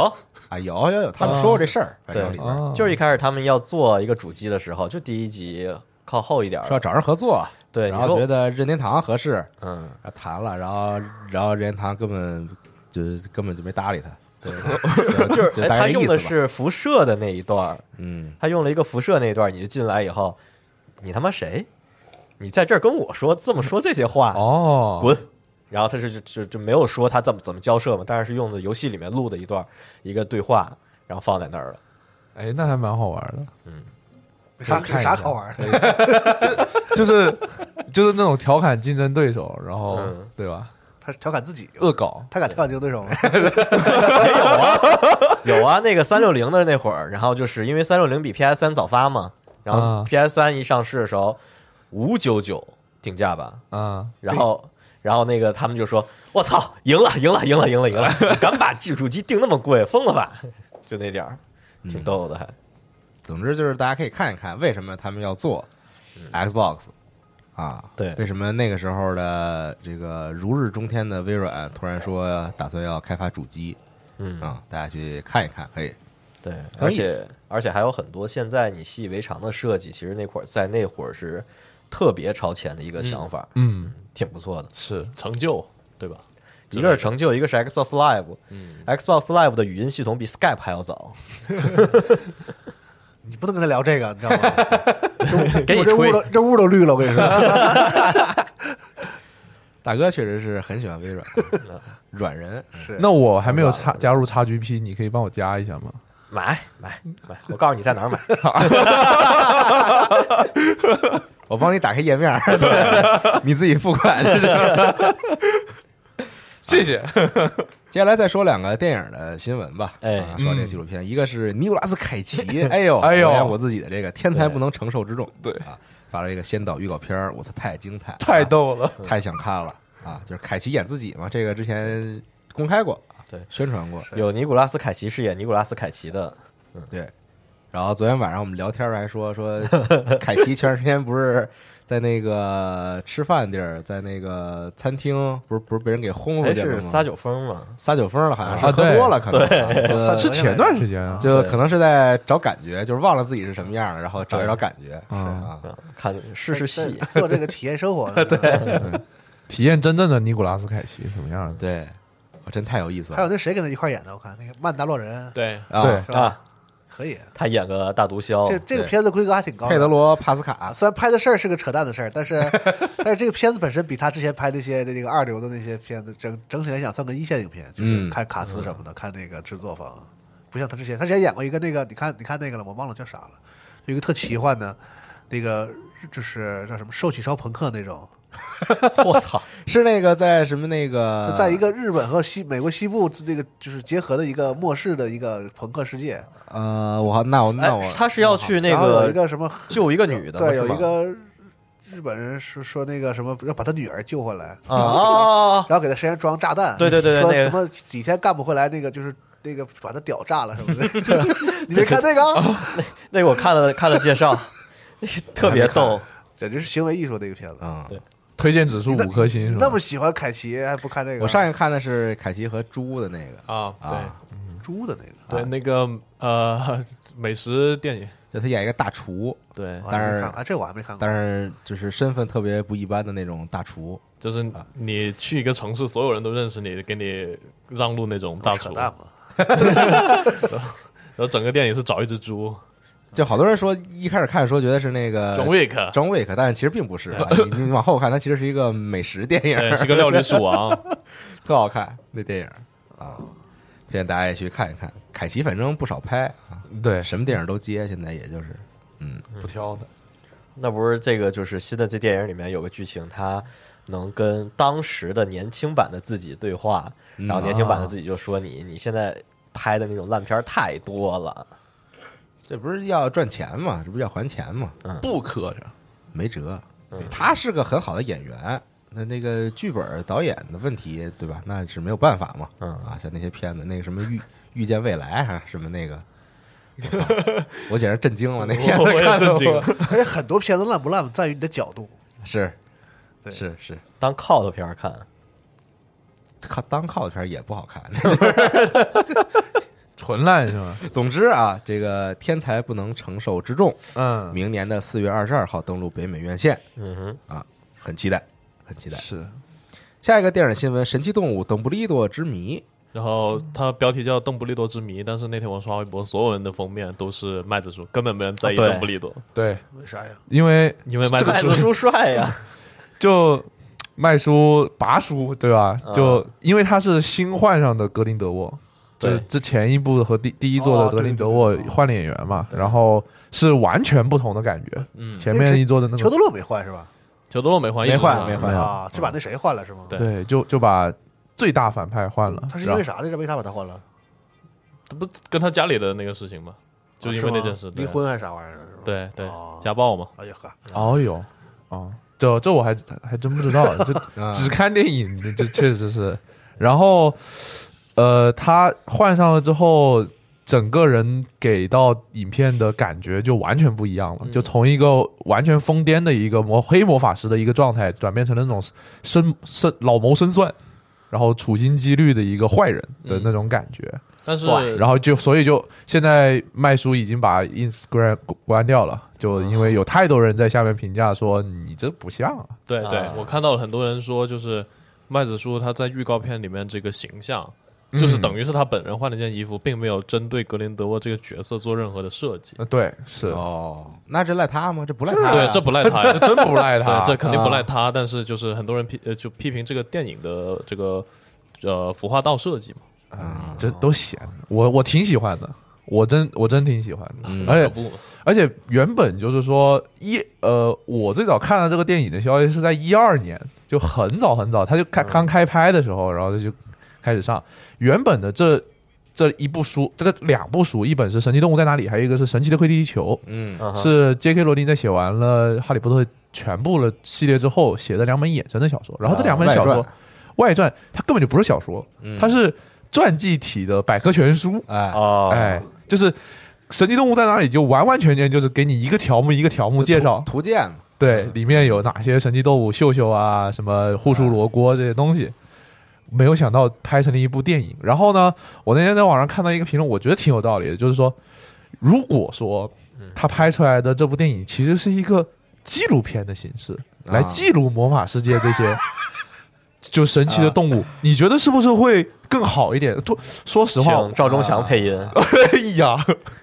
啊有有有，他们说过这事儿，反对正里哦边啊就是一开始他们要做一个主机的时候，就第一集靠后一点儿说要找人合作，对，然你说后觉得任天堂合适，嗯，然后谈了，然后然后任天堂根本就根本就没搭理他， 对， 就就是哎，大概他这意用思的吧是辐射的那一段儿，嗯，他用了一个辐射那一段儿，你就进来以后，你他妈谁？你在这儿跟我说这么说这些话，哦，滚！然后他是就就就没有说他怎么怎么交涉嘛，但是是用的游戏里面录的一段儿一个对话，然后放在那儿了。哎，那还蛮好玩的，啥看一啥下好玩的？就是就是那种调侃竞争对手，然后嗯对吧？他调侃自己，恶搞，他敢调侃竞争对手吗？有哎啊，那个三六零的那会儿，然后就是因为三六零比 PS 三早发嘛，然后啊 PS 三一上市的时候五九九定价吧，嗯，然后然后那个他们就说：“我操，赢了，赢了，赢了，赢了，赢了！ 你敢把技术机定那么贵，疯了吧？”就那点儿，嗯挺逗的还。总之就是大家可以看一看为什么他们要做 Xbox 啊，嗯对为什么那个时候的这个如日中天的微软突然说打算要开发主机嗯，啊，大家去看一看，可以，对，很有而意且思而且还有很多现在你习以为常的设计，其实那会儿在那会儿是特别超前的一个想法，嗯，挺不错的。是成就对吧？一个是成就，一个是 Xbox Live。Xbox Live 的语音系统比 Skype 还要早，你不能跟他聊这个，你知道吗？给你我这屋吹都这屋都绿了，我跟你说，大哥确实是很喜欢微 软，嗯软人是那我还没有插加入 XGP，你可以帮我加一下吗？买买买！我告诉你在哪儿买。我帮你打开页面， 你自己付款。这是谢谢。接下来再说两个电影的新闻吧，哎啊说这个纪录片，一个是尼古拉斯凯奇，哎呦，哎呦表演我自己的这个天才对不能承受之重，对啊，发了一个先导预告片儿，我操，太精彩了， 太逗 了，太想看了啊！就是凯奇演自己嘛，这个之前公开过，啊对宣传过，有尼古拉斯凯奇饰演尼古拉斯凯奇的，对。然后昨天晚上我们聊天儿还说说，凯奇前段时间不是在那个吃饭地儿，在那个餐厅，不是不是被人给轰出哎去了吗？是撒酒疯吗？撒酒疯了，好像是啊喝对多了，可能啊是前段时间啊，就对可能是在找感觉，就是忘了自己是什么样了，然后找一找感觉，是嗯啊，看试试戏，做这个体验生活呢，对。体验真正的尼古拉斯凯奇什么样的？对，我真太有意思还有了那谁跟他一块儿演的？我看那个曼达洛人对，啊！对是吧？啊，可以，他演个大毒枭，哎这这个对片子规格还挺高的。佩德罗·帕斯啊，卡，虽然拍的事儿是个扯淡的事儿，但是但是这个片子本身比他之前拍那些那个二流的那些片子整整体来讲算个一线影片，就是嗯看卡斯什么的，看那个制作方，不像他之前，他之前演过一个那个，你看你看那个了吗，我忘了叫啥了，有一个特奇幻的，那个就是叫什么受气烧朋克那种，我操，是那个在什么那就个，在一个日本和西美国西部这个就是结合的一个末世的一个朋克世界，呃，我那我那我哎，他是要去那然后有一个个什么救一个女的吗，对，有是吗一个日本人说说那个什么要把他女儿救回来。啊 啊，啊然后给他身上装炸弹，对对对对说那个什么几天干不回来，那个就是那个把他屌炸了 什么的，你没看那个哦啊？那个 我看了看了介绍，特别逗，简直是行为艺术那个片子，嗯，对推荐指数五颗星是吧？那么喜欢凯奇还不看这个？我上一个看的是凯奇和猪的那个，啊，啊对猪的那个，对，那个呃 美食电影，就他演一个大厨，对我，还没但是看啊，这我还没看过。但是就是身份特别不一般的那种大厨，就是你去一个城市，所有人都认识你，给你让路那种大扯厨，淡然嘛，后整个电影是找一只猪就好多人说一开始看说觉得是那个，John Wick， John Wick，但其实并不是，啊对你你往后看，它其实是一个美食电影，对，是个料理鼠王，特好看那电影啊，推荐大家也去看一看。凯奇反正不少拍啊，对，什么电影都接，现在也就是不挑的。那不是这个就是新的这电影里面有个剧情，他能跟当时的年轻版的自己对话，嗯然后年轻版的自己就说你你现在拍的那种烂片儿太多了，这不是要赚钱嘛，这不是要还钱嘛，嗯不磕碜，没辙。他是个很好的演员，那那个剧本导演的问题，对吧？那是没有办法嘛。嗯啊，像那些片子，那个什么遇遇见未来啊，什么那 个，我简直震惊了，那片子我也看得震惊了而且很多片子烂不烂在于你的角度。是对是是，当 cult 片儿看，靠单靠片儿也不好看。纯烂是吗？总之啊，这个天才不能承受之重，嗯，明年的四月二十二号登陆北美院线，啊嗯哼，很期待，很期待。是下一个电影新闻：《神奇动物邓布利多之谜然后它标题叫《邓布利多之谜》，但是那天我刷微博，所有人的封面都是麦子叔，根本没人在意啊对邓布利多，对，为啥呀？因为因为麦子麦叔子叔帅呀，就卖书拔书对吧？嗯就因为他是新换上的格林德沃，就是对之前一部和第第一座的格林德哦沃对对对换了演员嘛，然后是完全不同的感觉。嗯前面一座的那裘个德洛没换是吧？球多洛没换，一直换换没换没有啊，是把那谁换了是吗？对对，就就把最大反派换了，他然是因后啊为啥来着？为啥把他换了？这不跟他家里的那个事情吗？就因啊为是吗那件事，对离婚还是啥玩意儿？是吧？对对哦，家暴嘛，哎呀呵，哦哟，哦，这这我还还真不知道，这》啊，只看电影，这这确实是。然后，呃，他换上了之后，整个人给到影片的感觉就完全不一样了，就从一个完全疯癫的一个魔黑魔法师的一个状态，转变成那种深深老谋深算，然后处心积虑的一个坏人的那种感觉。但是帅然后就所以就现在麦叔已经把 Instagram 关掉了，就因为有太多人在下面评价说你这不像啊，对对啊，我看到了很多人说，就是麦子叔他在预告片里面这个形象，就是等于是他本人换了一件衣服，并没有针对格林德沃这个角色做任何的设计。呃对，是哦，那这赖他吗？这不赖他、对，这不赖他呀，真不赖他，对，这肯定不赖他。但是就是很多人批呃就批评这个电影的这个呃服化道设计嘛，啊，这都闲。我我挺喜欢的，我真我真挺喜欢的，嗯而可且不嘛，而且原本就是说一呃，我最早看到这个电影的消息是在一二年，就很早很早，他就嗯开刚开拍的时候，然后他就开始上原本的这。这一部书，这个两部书，一本是《神奇动物在哪里》，还有一个是《神奇的快递球嗯》，嗯哼是 J.K. 罗琳在写完了《哈利波特》全部了系列之后写的两本衍生的小说。然后这两本啊外小说、传外传，它根本就不是小说，嗯它是传记体的百科全书。哎，哦，哎，就是《神奇动物在哪里》就完完全全就是给你一个条目一个条目介绍，图鉴嘛，对，里面有哪些神奇动物，秀秀啊，什么护树罗锅这些东西。没有想到拍成了一部电影。然后呢，我那天在网上看到一个评论，我觉得挺有道理的，就是说，如果说他拍出来的这部电影其实是一个纪录片的形式，啊来记录魔法世界这些就神奇的动物，你觉得是不是会更好一点？就说实话， 请赵忠祥配音， 哎呀，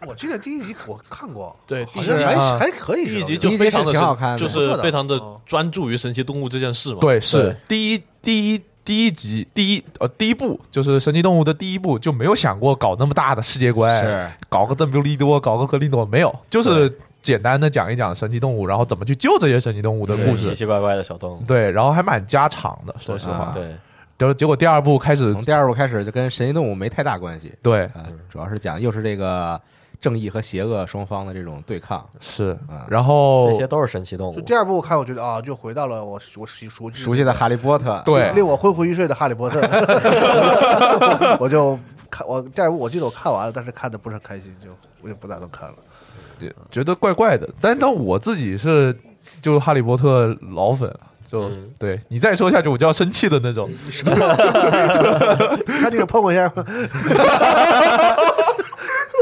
我记得第一集我看过，对好第一像集啊还还可以是吧，第一集第就一集非常的是挺好看的就是非常的不错的专注于神奇动物这件事嘛。对，是对第一第一第一集第一呃第一部就是《神奇动物》的第一部就没有想过搞那么大的世界观，是搞个邓布利多，搞个格林多，没有，就是简单的讲一讲神奇动物，然后怎么去救这些神奇动物的故对奇事。奇怪怪的小动物，对，然后还蛮家常的，说实啊话。对，结结果第二部开始从，第二部开始就跟神奇动物没太大关系对，啊，主要是讲又是这个正义和邪恶双方的这种对抗。是啊，然后这些都是神奇动就物第，二部我看，我觉得啊，就回到了我我熟熟悉熟悉的哈利波特，对令我昏昏欲睡的《哈利波特》，我就看我第二部，我记得我看完了，但是看的不是很开心，就我就不打算看了。觉得怪怪的，但但我自己是就是哈利波特老粉，就嗯对你再说下去我就要生气的那种。看这个碰我一下吗？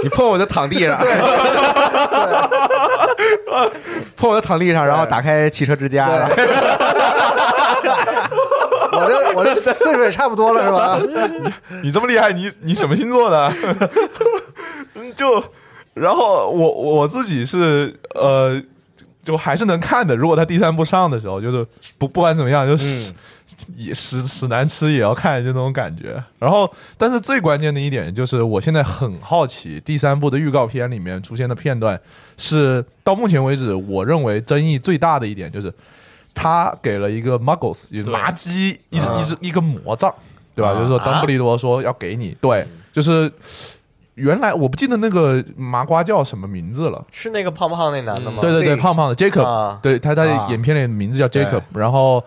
你碰我就躺地 上，对， 碰我就躺地上，然后打开汽车之家，然后我这我这岁数也差不多了，是吧？ 你这么厉害，你你什么星座的？ 嗯就然后我我自己是呃，就还是能看的。如果他第三部上的时候，就是不不管怎么样，就是、也屎屎难吃也要看，就那种感觉。然后，但是最关键的一点就是，我现在很好奇第三部的预告片里面出现的片段是到目前为止我认为争议最大的一点，就是他给了一个 muggles 就是对麻鸡一只一只一个魔杖，对吧？就是说邓布利多说要给你，对，就是。原来我不记得那个麻瓜叫什么名字了，是那个胖胖那男的吗？对对对，对胖胖的 Jacob，、啊对他在啊影片里的名字叫 Jacob，、对然后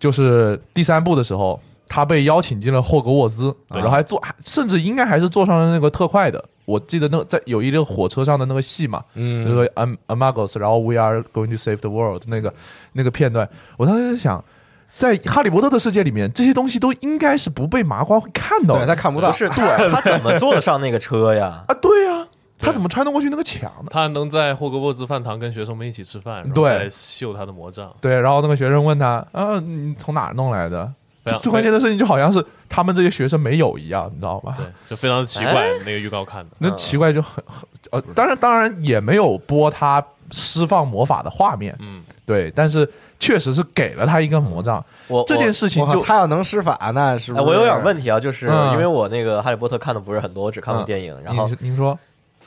就是第三部的时候，他被邀请进了霍格沃兹，啊然后还坐，还甚至应该还是坐上了那个特快的。我记得那个在有一个火车上的那个戏嘛，嗯就是说 I'm Amagos，然后 We are going to save the world 那个那个片段，我当时在想，在哈利波特的世界里面，这些东西都应该是不被麻瓜会看到对，他的看不到，不是， 对 他怎么坐得上那个车 呀？啊，对呀、他怎么穿得过去那个墙呢？他能在霍格沃兹饭堂跟学生们一起吃饭，然后对再秀他的魔杖，对，然后那个学生问他，啊，你从哪儿弄来的？最非常最关键的事情就好像是他们这些学生没有一样，你知道吗？对，就非常奇怪那个预告看的。嗯 那奇怪就很很呃，当然当然也没有播他释放魔法的画面，嗯，对，但是确实是给了他一个魔杖，嗯我这件事情我靠就他要能施法，那是不哎，是我有点问题啊，就是嗯因为我那个《哈利波特》看的不是很多，我只看过电影。然后您您说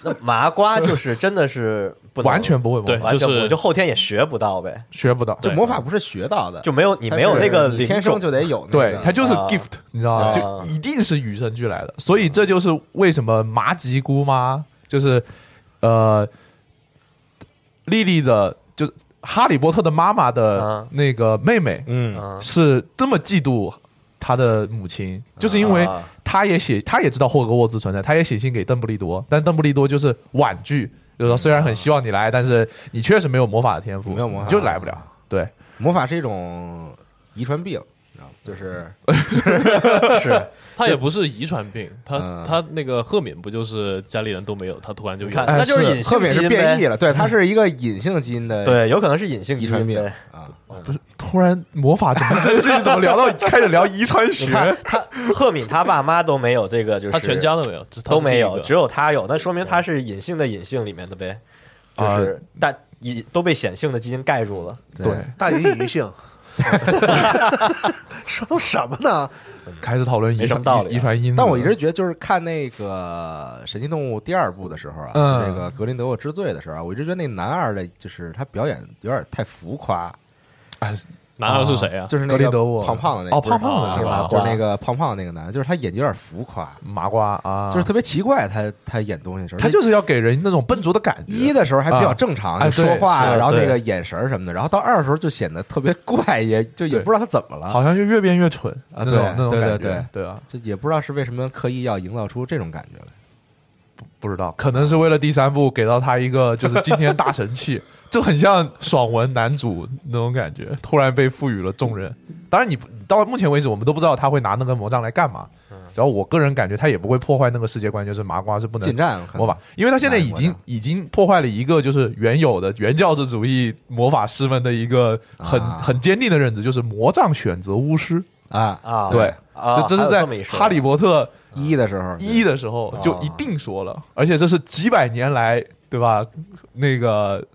那麻瓜就是真的是不能 完全不会魔对法，完全就不，是就后天也学不到呗，学不到，这对魔法不是学到的，就没有你它没有是那个灵天种生就得有那个，对，它就是啊 gift，、你知道吗？对就一定是与生俱来的，所以这就是为什么麻吉姑妈就是呃，莉莉的，就是哈利波特的妈妈的啊那个妹妹，嗯，嗯是这么嫉妒她的母亲，就是因为啊她也写，她也知道霍格沃兹存在，她也写信给邓布利多，但邓布利多就是婉拒，就是说虽然很希望你来，但是你确实没有魔法的天赋，没有魔法你就来不了。对，魔法是一种遗传病，你知道吗？就是 他也不是遗传病，他嗯他那个赫敏不就是家里人都没有，他突然就有看哎那就是是隐特性别基是因变异呗，嗯了，对，它是一个隐性基因的对，有可能是隐性遗基传因病呗。啊，突然魔法怎么这这怎么聊到开始聊遗传学你？看他 赫敏他爸妈都没有这个，就是他全家都没有，只他是都没第有，一个只有他有，那说明他是隐性的隐性里面的呗，就是但隐都被显性的基因盖住了。对，大隐隐于性，说都什么呢？开始讨论遗没什传么道理啊遗传因子了。但我一直觉得，就是看那个《神奇动物》第二部的时候啊，嗯就那个格林德沃之罪的时候啊，我一直觉得那男二的，就是他表演有点太浮夸，哎男二是谁啊？就是格那林德个沃胖胖的那个，哦，不是胖胖的啊那个那麻个就是瓜，那个胖胖的那个男的，就是他演技有点浮夸，麻瓜啊，就是特别奇怪，他他演东西的时候，他就是要给人那种笨拙的感觉。一的时候还比较正啊常，就说话对呀，是然后那对个眼神儿什么的，然后到二的时候就显得特别怪，也就也对不知道他怎么了，好像就越变越蠢啊，对这种那种对感对觉，对对啊，就也不知道是为什么刻意要营造出这种感觉来。不知道，可能是为了第三部给到他一个就是今天大神器， 就很像爽文男主那种感觉，突然被赋予了重任。当然你，你到目前为止，我们都不知道他会拿那个魔杖来干嘛。嗯然后我个人感觉他也不会破坏那个世界观，就是麻瓜是不近能战魔法，因为他现在已拿魔经杖已经破坏了一个就是原有的原教旨主义魔法师们的一个很、啊很坚定的认知，就是魔杖选择巫师。啊啊对，啊还这这是有在这么一《说哈利波特》一的时候一的时候就一定说了，而且这是几百年来对吧？那个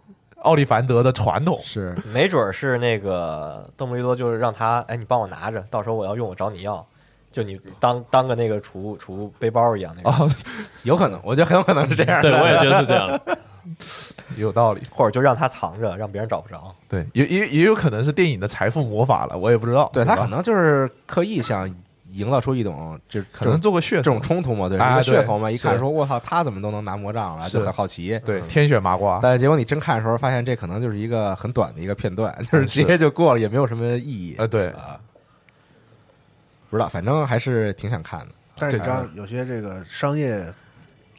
奥利凡德的传统，是没准儿是那个邓布利多，就是让他，哎，你帮我拿着，到时候我要用我找你要，就你当当个那个储物储物背包一样那个，有可能，我觉得很有可能是这样对，的。我也觉得是这样 的。也有道理。或者就让他藏着，让别人找不着。 对，也也也有可能是电影的财富魔法了，我也不知道。对吧他可能就是刻意想营造出一种就可能做个噱这头种冲突嘛，对，啊一个噱头嘛。对一看说我操，他怎么都能拿魔杖了，是就很好奇。对天选麻瓜，但是结果你真看的时候，发现这可能就是一个很短的一个片段，就是嗯是直接就过了，也没有什么意义。呃，对，啊，不知道，反正还是挺想看的但是你知道这，有些这个商业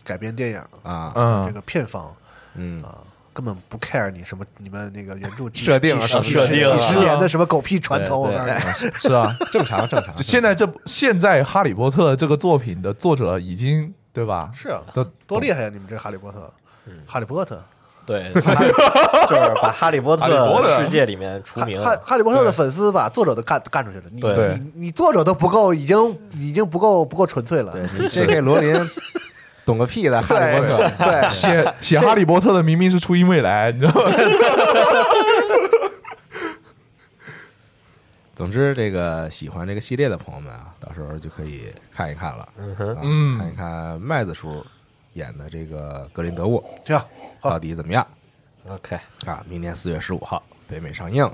改编电影，啊。嗯这，个片方嗯，啊，根本不 care 你什么你们那个原著几设定啊几什十么设几定啊几十年的什么狗屁传统，我对告诉对你， 是啊，正常正常。就现在这现在《哈利波特》这个作品的作者已经对吧？是啊，都多厉害呀！你们这哈利波特，哈利波特，对，就是把《哈利波哈利波特》特世界里面除哈名，哈哈利波特的粉丝把作者都干干出去了，你对你你作者都不够，已经已经不够不够纯粹了。对 你 J.K. 罗琳懂个屁的《哈利波特》啊对， 写写《哈利波特》的明明是初音未来，你知道吗？总之，这个喜欢这个系列的朋友们啊，到时候就可以看一看了，啊嗯看一看麦子叔演的这个格林德沃行，到好，底怎么样 OK，啊？明年四月十五号北美上映。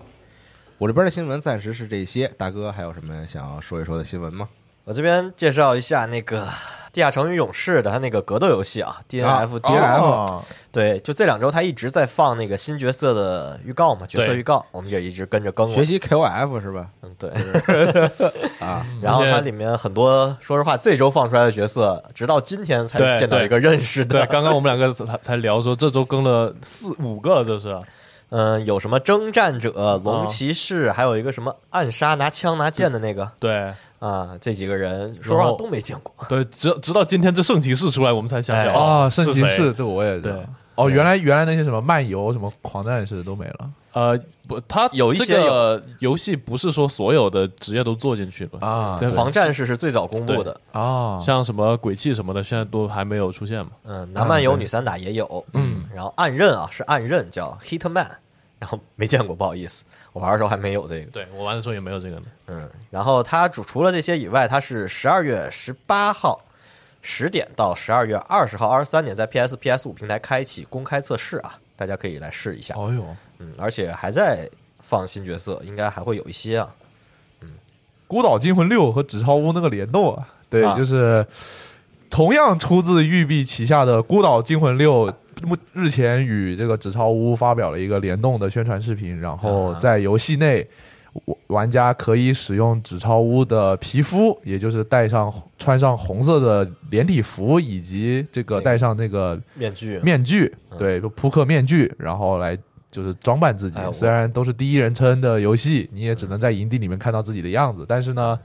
我这边的新闻暂时是这些，大哥还有什么想要说一说的新闻吗？我这边介绍一下那个《地下城与勇士》的它那个格斗游戏啊，DNF 啊 DNF 哦对，就这两周它一直在放那个新角色的预告嘛，角色对预告，我们也一直跟着更了学习 KOF 是吧？嗯，对， 嗯啊，然后它里面很多，说实话，这周放出来的角色，直到今天才对见到对一个认识对，的。刚刚我们两个才才聊说这周更了四五个了，这是 啊嗯，有什么征战者、哦龙骑士，还有一个什么暗杀拿枪拿剑的那个对啊，这几个人说实话然后都没见过。对，直直到今天这圣骑士出来，我们才想起哎来啊，哦圣骑谁士这个我也知道对。哦，原来原来那些什么漫游、什么狂战士都没了呃，不，他有一这些个游戏不是说所有的职业都做进去了，啊对狂战士是最早公布的，啊！像什么鬼泣什么的，现在都还没有出现嘛。嗯，男漫游对女散打也有，嗯，然后暗刃啊是暗刃叫 Hitman，然后没见过，不好意思，我玩的时候还没有这个。对我玩的时候也没有这个呢。嗯，然后它主除了这些以外，它是十二月十八号十点到十二月二十号、二十三点在 PS、PS 五平台开启公开测试啊，大家可以来试一下。哦呦，嗯，而且还在放新角色，应该还会有一些啊。孤岛惊魂六和纸钞屋那个联动啊，对，啊就是同样出自育碧旗下的孤岛惊魂六，目日前与这个纸钞屋发表了一个联动的宣传视频，然后啊在游戏内。我玩家可以使用纸钞屋的皮肤，也就是戴上穿上红色的连体服，以及这个那个戴上那个面具，面具，嗯对，就扑克面具，然后来就是装扮自己哎。我嗯虽然都是第一人称的游戏，你也只能在营地里面看到自己的样子，但是呢，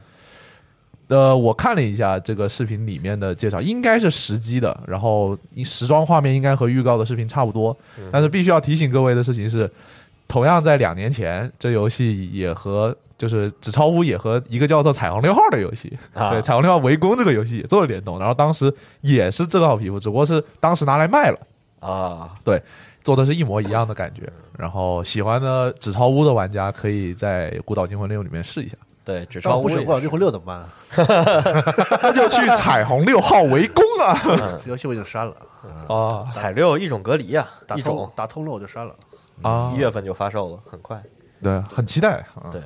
呃，我看了一下这个视频里面的介绍，应该是实机的，然后时装画面应该和预告的视频差不多，嗯但是必须要提醒各位的事情是，同样在两年前，这游戏也和。就是《纸钞屋》也和一个叫做《彩虹六号》的游戏，啊对《彩虹六号：围攻》这个游戏也做了联动，然后当时也是这套皮肤，只不过是当时拿来卖了，啊，做的是一模一样的感觉。然后喜欢的纸钞屋的玩家可以在《孤岛惊魂六》里面试一下，对，只超那我屋不也选过是六魂六怎么办啊？那就去彩虹六号围攻啊！游戏我已经删了， 啊彩六一种隔离啊，打一通种打通了我就删了。啊一，月份就发售了，很快。对，很期待。嗯对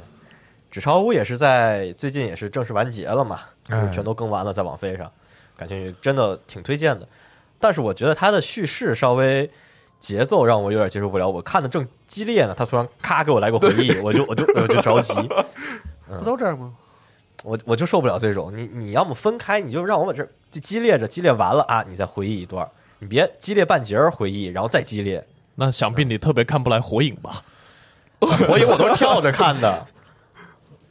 纸钞屋也是在最近也是正式完结了嘛，就哎是全都更完了，在网飞上，感觉真的挺推荐的。但是我觉得它的叙事稍微节奏让我有点接受不了，我看的正激烈呢，他突然咔给我来个回 忆，我就我就我就着急，不都这样吗？我我就受不了这种。你你要么分开，你就让我把这这激烈着激烈完了啊，你再回忆一段，你别激烈半截儿回忆，然后再激 烈，那想必你特别看不来火影吧？火影我都是跳着看的，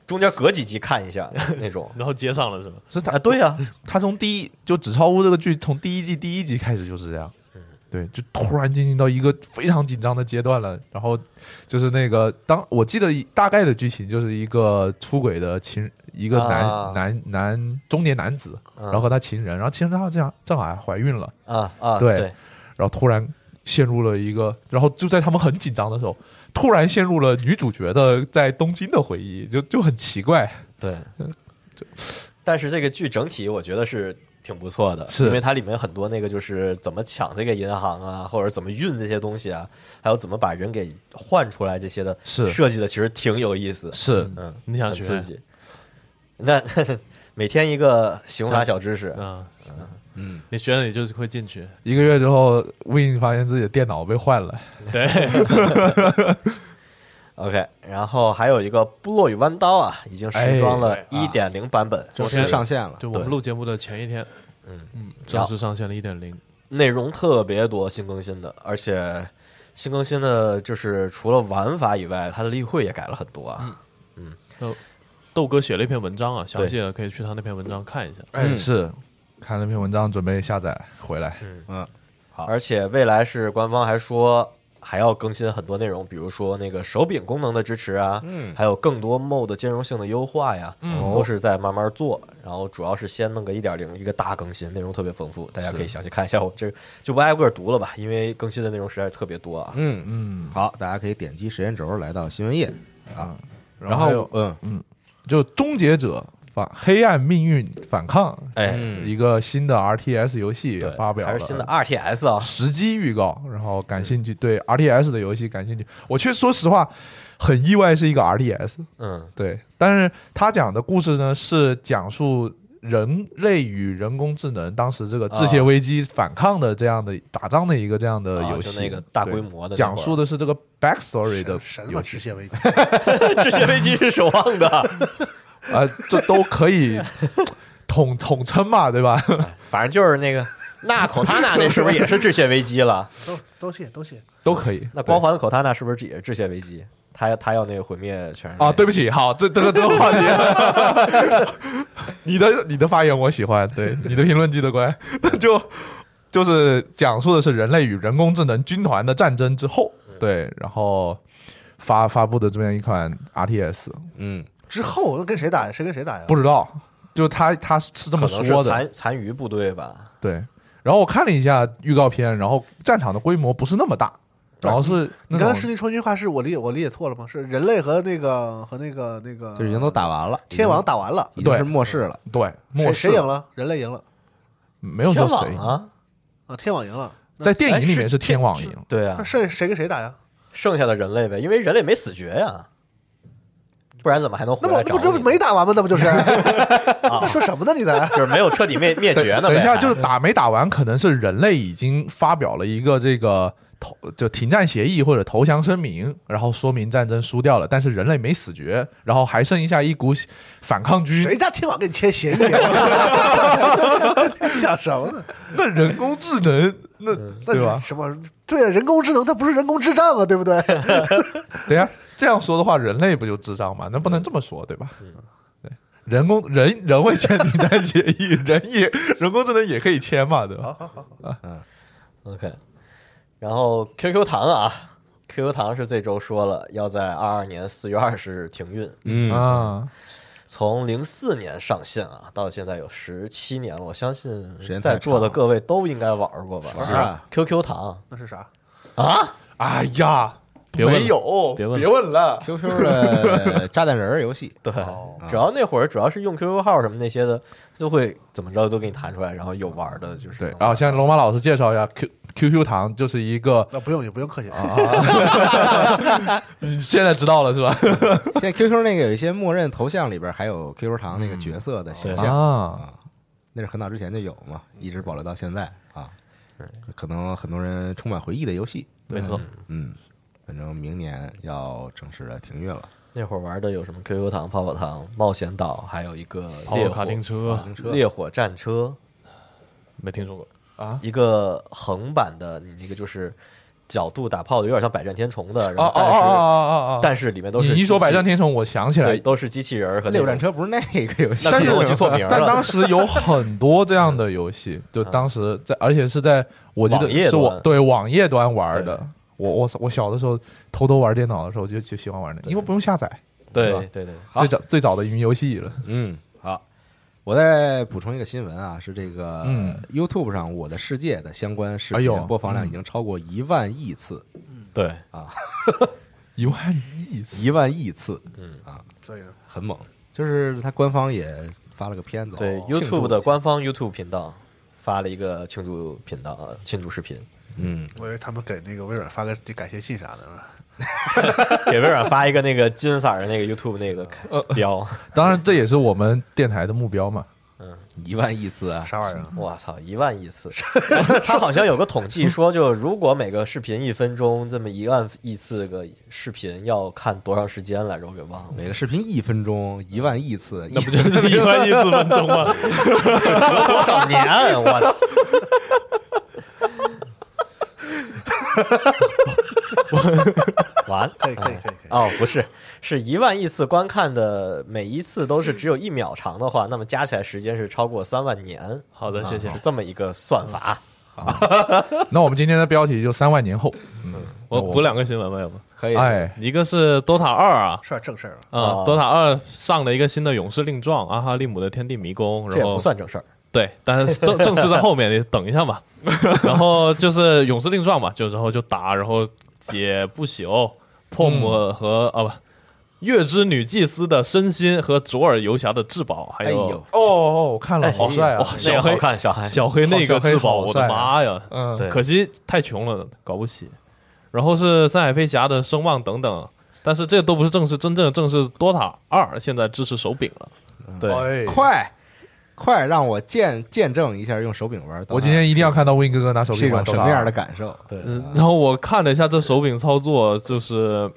中间隔几集看一下那种。然后接上了是吧？是他啊，对呀、啊，他从第一就纸钞屋这个剧从第一季第一集开始就是这样。嗯对，就突然进行到一个非常紧张的阶段了。然后就是那个，当我记得一大概的剧情就是一个出轨的情，一个男、啊男男中年男子，然后和他情人，然后情人她这样正好还怀孕了，啊啊，对对然后突然陷入了一个，然后就在他们很紧张的时候，突然陷入了女主角的在东京的回忆，就就很奇怪。对， 但是这个剧整体我觉得是挺不错的，是因为它里面很多那个就是怎么抢这个银行啊，或者怎么运这些东西啊，还有怎么把人给换出来这些的，是设计的其实挺有意思，是嗯，你想很学刺激。那 每天一个刑法小知识，啊，嗯，你学了你就是会进啊去。一个月之后，Win 发现自己的电脑被换了，对， OK，然后还有一个《部落与弯刀》啊，已经哎时装了对一点零版本，昨是天上线了，就我们对录节目的前一天，嗯嗯嗯，正式上线了一点零。内容特别多，新更新的，而且新更新的就是除了玩法以外，它的例会也改了很多啊。豆哥写了一篇文章啊，详细的可以去他那篇文章看一下。哎，嗯是看了篇文章，准备下载回来。好而且未来是官方还说还要更新很多内容，比如说那个手柄功能的支持啊，嗯还有更多 MOD 兼容性的优化呀，都是在慢慢做。然后主要是先弄个一点零，一个大更新，内容特别丰富，大家可以详细看一下。我这就不挨个读了吧，因为更新的内容实在是特别多啊。嗯嗯，好，大家可以点击时间轴来到新闻页啊，然还有后嗯就终结者反黑暗命运反抗，哎，嗯一个新的 RTS 游戏也对发表了，还是新的 RTS 啊，时机预告，然后感兴趣对 RTS 的游戏感兴趣。我却说实话，很意外是一个 RTS，嗯对，但是他讲的故事呢是讲述。人类与人工智能当时这个致谢危机反抗的这样的打仗的一个这样的啊游就戏，那个大规对模的那讲会儿述的是这个 backstory 的神游嘛，戏致谢危机，这些危机是守望的，啊，这都可以 统统称嘛，对吧？ 反正就是那个。 那口塔纳那是不是也是致谢危机了？都都谢都谢。都可以。那光环的口塔纳是不是也是致谢危机？他他要那个毁灭全人类啊，对不起，好，这这个这个话题，你的你的发言我喜欢，对你的评论记得乖， 就就是讲述的是人类与人工智能军团的战争之后，对，然后发发布的这么样一款 RTS，嗯之后那跟谁打呀？谁跟谁打呀？不知道，就他他是这么可能是说的，残残余部队吧？对。然后我看了一下预告片，然后战场的规模不是那么大，然后是你那刚种才视听双句话是我理解我理解错了吗？是人类和那个和那个那个，就是已经都打完了，天王打完了，已经是对末世了，对，末谁世谁赢了？人类赢了没有说谁天网啊？啊，天网赢了。在电影里哎面是是天网赢，对那啊，剩谁跟谁打呀？剩下的人类呗，因为人类没死绝呀，不然怎么还能回那不来那找不这你不没打完吗？那不就是？啊，说什么呢？你在？ 就是没有彻底灭灭绝呢呗？等一下，还就是打没打完，可能是人类已经发表了一个这个投就停战协议或者投降声明，然后说明战争输掉了，但是人类没死绝，然后还剩下一股反抗军谁。家天网跟你签协议啊？ 想什么呢？那人工智 能，那那嗯对吧？ 什么？对啊，人工智能它不是人工智障啊，对不对？ 等一下这样说的话，人类不就智障吗？那不能这么说，对吧？对，人工人人会签停战协议，人也人工智能也可以签嘛，对吧？ OK。然后 QQ 糖啊，QQ 糖是这周说了要在二二年四月二十日停运，嗯，啊，从零四年上线啊，到现在有十七年了，我相信间太在座的长了各位都应该玩过吧？是啊哦 QQ 糖那是啥？啊，哎呀，别问了没有，别问了别问了， ，QQ 的 炸弹人儿游戏，对，只要那会儿主要是用 QQ 号什么那些的，就会怎么着都给你弹出来，然后有玩的就是对能，然后玩向龙马老师介绍一下 Q QQ 糖，就是一个那不用也不用客气啊。你现在知道了 是吧？现在 QQ 那个有一些默认头像里边还有 QQ 糖那个角色的形象，啊， 那是很早之前就有嘛，一直保留到现在啊，可能很多人充满回忆的游戏，没错，嗯，反正明年要正式的停运了，那会儿玩的有什么 QQ 糖、泡泡糖、冒险岛，还有一个跑烈火卡丁车停车烈火战车，没听说过。啊一个横版的，你那个就是角度打炮的，有点像百战天虫的，然后但是、哦嗯但是里面都是你一机说器百战天虫，我想起对，来，都是机器人儿和那六种战，车不是那个游戏那，可但是能我记错名儿但了嗯当。时有很 多这样的游戏，就当时在，而且是在我记网页得是我端对网页端玩的。我我我小的时候偷偷玩电脑的时候就就喜欢玩那个，因为不用下载，对吧对对，最早最早的云游戏了。嗯，好，我再补充一个新闻啊，是这个嗯 YouTube 上《我的世界》的相关视哎频呦播放量已经超过一万亿次，哦对，一万亿次，一万亿次，所以呢，很猛。就是它官方也发了个片子，哦对庆祝 YouTube 的，官方 YouTube 频道发了一个庆祝频道呃庆祝视频，嗯，我以为他们给那个微软发个感谢信啥的呢。 给微软发一个那个金色儿的那个 YouTube 那个呃标，当然这也是我们电台的目标 嘛。一万亿次啊，啥玩意儿啊？我操，一万亿次！ 他好像有个统计说，就如果每个视频一分钟，这么一万亿次个视频要看多长时间来着？我给忘了。每个视频一分钟，一万亿次，那不就是一万亿次分钟吗？多少年？啊 我操！完，可以可以可以可以哦，不是，是一万亿次观看的，每一次都是只有一秒长的话，那么加起来时间是超过三万年。好的，谢谢啊是。这么一个算法。那我们今天的标题就三万年后，嗯我补两个新闻吧，要不？可以，哎，一个是 DOTA 二啊，事儿正事儿了。啊哦，DOTA 二上了一个新的勇士令状，阿哈利姆的天地迷宫，这然也后不算正事儿。对，但是正正式在后面，你等一 下嘛。然后就是勇士令状嘛，就然后就打，然后解不朽、破魔和啊不，月之女祭司的身心和左耳游侠的至宝，还哎有呦，哦哦，我看了，哎好帅啊哇！那小个黑好看，小黑小黑那个至宝，好我帅的好帅啊妈呀！嗯，对可惜太穷了，搞不起。然后是山海飞侠的声望等等，但是这都不是正式真正的正式 DOTA 二现在支持手柄了。对，哎快快让我见见证一下用手柄玩。我今天一定要看到 Win 哥哥拿手是一柄种什玩么样的斗感受？对嗯，然后我看了一下这手柄操作，就是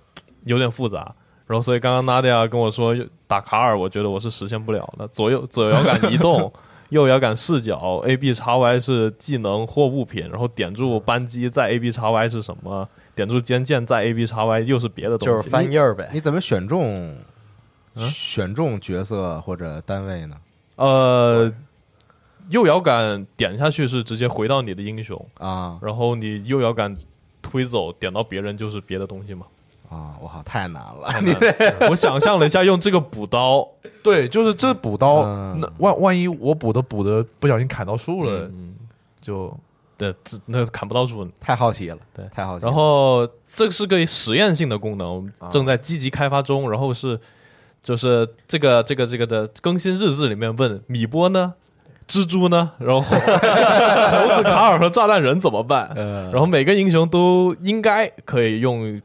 有点复杂。然后所以刚刚 Nadia 跟我说打卡尔，我觉得我是实现不了的。左右左摇杆移动，右摇杆视角，A B x Y 是技能或物品，然后点住扳机在 A B x Y 是什么？点住肩键在 A B x Y 又是别的东就西。是翻页儿呗。你怎么选中选中角色或者单位呢？呃，右摇杆点下去是直接回到你的英雄，啊然后你右摇杆推走点到别人就是别的东西嘛。啊！我靠，太难了！我想象了一下，用这个补刀，法对，就是这补刀，嗯那万万一我补的补的不小心砍到树了，嗯，就对，这那砍不到树。太好奇了，对太好奇了。然后这是个实验性的功能，我们正在积极开发中。然后是就是这个这个这个的更新日志里面问米波呢。蜘蛛呢？然后猴子卡尔和炸弹人怎么办？呃然后每个英雄都应该可以用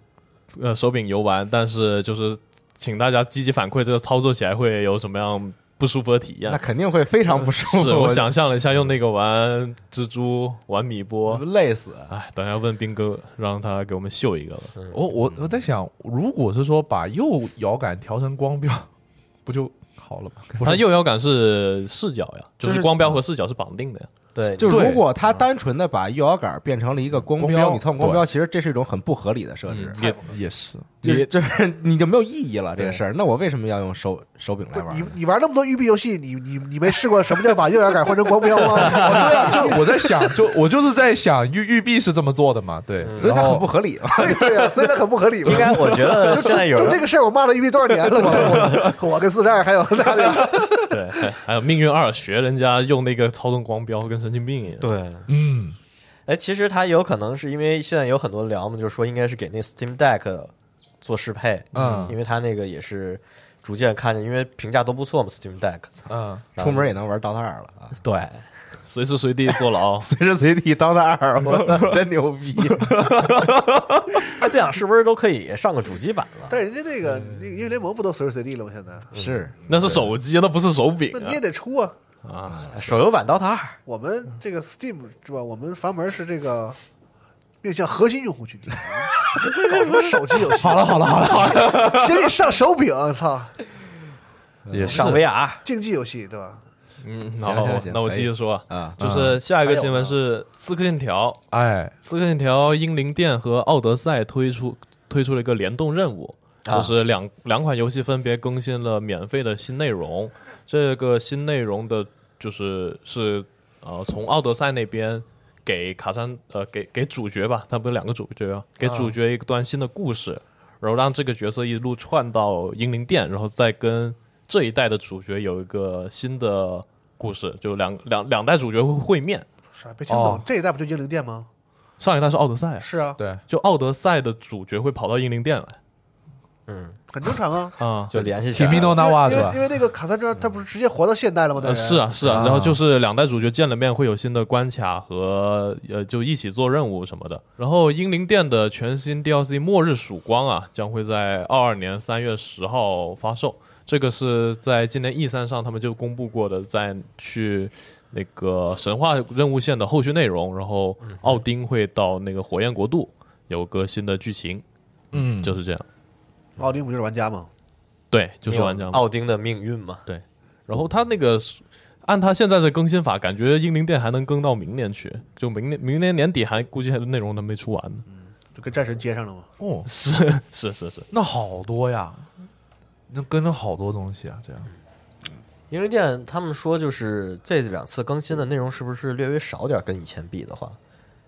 呃手柄游玩，但是就是请大家积极反馈，这个操作起来会有什么样不舒服的体验那？肯定会非常不舒服。 是我想象了一下，用那个玩蜘蛛、玩米波，累死。哎，等一下问斌哥，让他给我们秀一个吧。我哦我我在想，如果是说把右摇杆调成光标，不就好了吗？他右摇杆是视角呀，就就是是光标和视角是绑定的呀。对，就对如果他单纯的把右摇杆变成了一个光光标你操控光标，其实这是一种很不合理的设置，嗯也也是，就是就是 你就没有意义了这个对事儿。那我为什么要用手手柄来不是玩你呢？你玩那么多育碧游戏，你你你没试过什么叫把右摇杆换成光标 吗？我哎就我在想，就我就是在想，玉玉碧是这么做的嘛？对，所以它然后很不合理啊 嘛。所以对呀、所以它很不合理嘛。应该我觉得现在有 就这人个事儿，我骂了育碧多少年了嘛？我我跟四十二还有大家， 对，还哎还有命运二学人家用那个操纵光标，跟神经病一样。对，嗯，哎，其实它有可能是因为现在有很多聊嘛，就是说应该是给那 Steam Deck 做适配，嗯因为它那个也是逐渐看着，因为评价都不错嘛，Steam Deck，嗯，出门也能玩 DOTA 二了啊！。对，随时随地坐牢随时随地 DOTA 二，我真牛逼！那这样是不是都可以上个主机版了？但人家那嗯个那个英雄联盟不都随时随地了吗？现在啊 是那是手机，那不是手柄那你也得出啊。啊！啊，手游版《DOTA 二》我们这个 Steam 是吧？我们阀门是这个面向核心用 户群体，搞什么手机游戏？好了，好了好了好了， 先给你上手柄，操，也是上 VR，竞技游戏对吧？嗯，行然后行行那我继续说啊，啊，就是下一个新闻是《刺客信条》，《哎，刺客信条：英灵殿》和《奥德赛》推出推出了一个联动任务，啊就是两两款游戏分别更新了免费的新内容。这个新内容的就是是呃，从《奥德赛》那边给卡山呃给给主角吧，他不是两个主角啊，给主角一段新的故事，然后让这个角色一路串到英灵殿，然后再跟这一代的主角有一个新的故事，就两两两代主角会会面。啥？啊别听不懂，这一代不就英灵殿吗？上一代是奥德赛啊，是啊，哦对，就奥德赛的主角会跑到英灵殿来嗯，很正常啊。啊。就联系起提来米了。诺纳瓦因是为吧因？为那个卡三庄他不是直接活到现代了吗？那呃，人是啊，是啊，啊然后就是两代主角见了面，会有新的关卡和呃，就一起做任务什么的。然后英灵殿的全新 DLC《末日曙光》啊，将会在二二年三月十号发售。这个是在今年 E 三上他们就公布过的，在去那个神话任务线的后续内容。然后奥丁会到那个火焰国度，有个新的剧情，嗯，就是这样。奥丁不就是玩家吗？对，就是玩家嘛奥丁的命运嘛，然后他那个是按他现在的更新法，感嗯觉英灵殿还能更到明年去，就明年明年年底还估计还内容都没出完呢。就跟战神接上了嘛。哦，是是是是，那好多呀，那跟着好多东西啊，这样因为店他们说就是这两次更新的内容是不是略微少点儿？跟以前比的话，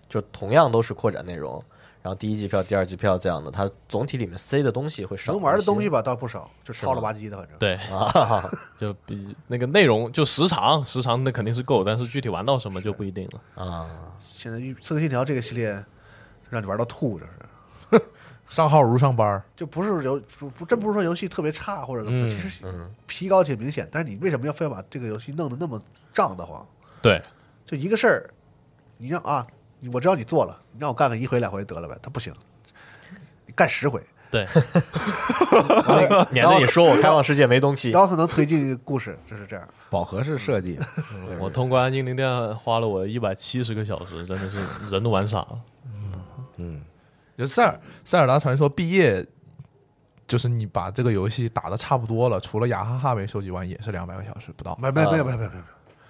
就同样都是扩展内容，然后第一季票、第二季票这样的，它总体里面塞的东西会少一些。能玩的东西吧倒不少，就是糙吗了吧唧的，反正。对，啊， 就比那个内容就时长时长那肯定是够，但是具体玩到什么就不一定了。啊，现在《刺客信条》这个系列让你玩到吐，这是。上号如上班儿，就不是游不不真不是说游戏特别差或者怎么，嗯其实皮高且明显。但是你为什么要非要把这个游戏弄得那么胀得慌？对，就一个事儿，你让啊，你我知道你做了，你让我干个一回两回得了呗，他不行，你干十回， 对，免得你说我开放世界没东西然。后才能推进故事，就是这样。饱和式设计，我通关英灵殿花了我一百七十个小时，真的是人都玩傻了。嗯，就塞尔塞尔达传说毕业，就是你把这个游戏打的差不多了，除了雅哈哈没收集完，也是两百个小时不到没没没有没有没有没有，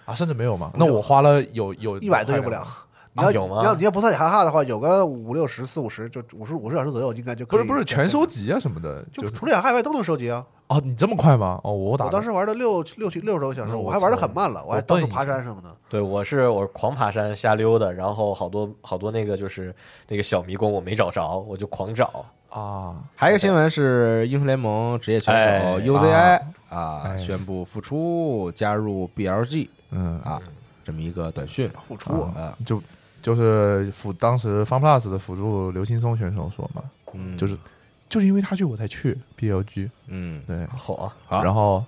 啊，甚至没有嘛。那我花了有有一百都用不了。。你要啊有吗你要你要不算雅哈哈的话，有个五六十、四五十，就五十五十小时左右，应该就不可以是不是全收，集啊什么的，就就是除了雅哈哈以外都能收集啊。哦，你这么快吗？哦，我打我当时玩了六六七六十多个小时，嗯我我还玩的操很慢了，我还我到笨处一爬点山什么的。对，我是我狂爬山瞎溜达，然后好多好多那个就是那个小迷宫我没找着，我就狂找。啊，还有一个新闻是英雄联盟职业选手哎 UZI 啊哎宣布复出，加入 BLG 嗯啊，啊，这么一个短讯付出啊啊，就就是辅当时 FunPlus 的辅助刘青松选手说嘛，嗯，就是就是因为他去我才去 BLG，嗯对，好啊，好然后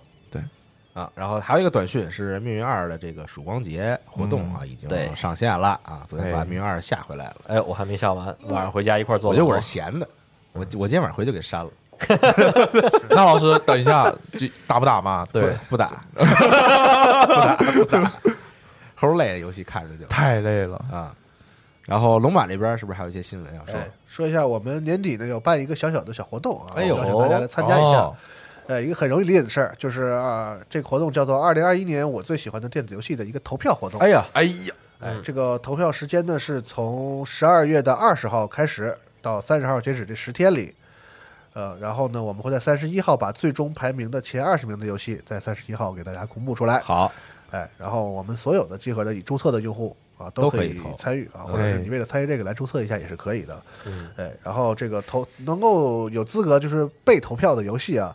啊，然后还有一个短讯是《命运二》的这个曙光节活动啊，已经对上线了啊，昨天把《哎命运二》下回来了，哎，我还没下完，晚上回家一块儿做我吧。觉得我是闲的，我我今天晚上回就给删了，那老师等一下，这打不打嘛？对，不，不打，不打，不打，齁累的游戏看着就太累了，啊。然后龙马这边是不是还有一些新闻要说？哎，说一下我们年底呢有办一个小小的小活动啊，哎呦邀请大家来参加一下。哦呃，一个很容易理解的事儿，就是啊、这个活动叫做“二零二一年我最喜欢的电子游戏”的一个投票活动。哎呀，哎呀，哎，这个投票时间呢是从十二月的二十号开始到三十号截止，这十天里，呃，然后呢，我们会在三十一号把最终排名的前二十名的游戏在三十一号给大家公布出来。好，哎，然后我们所有的集合的已注册的用户啊，都可可以以投参与啊，或者是哎你为了参与这个来注册一下也是可以的。嗯，哎，然后这个投能够有资格就是被投票的游戏啊，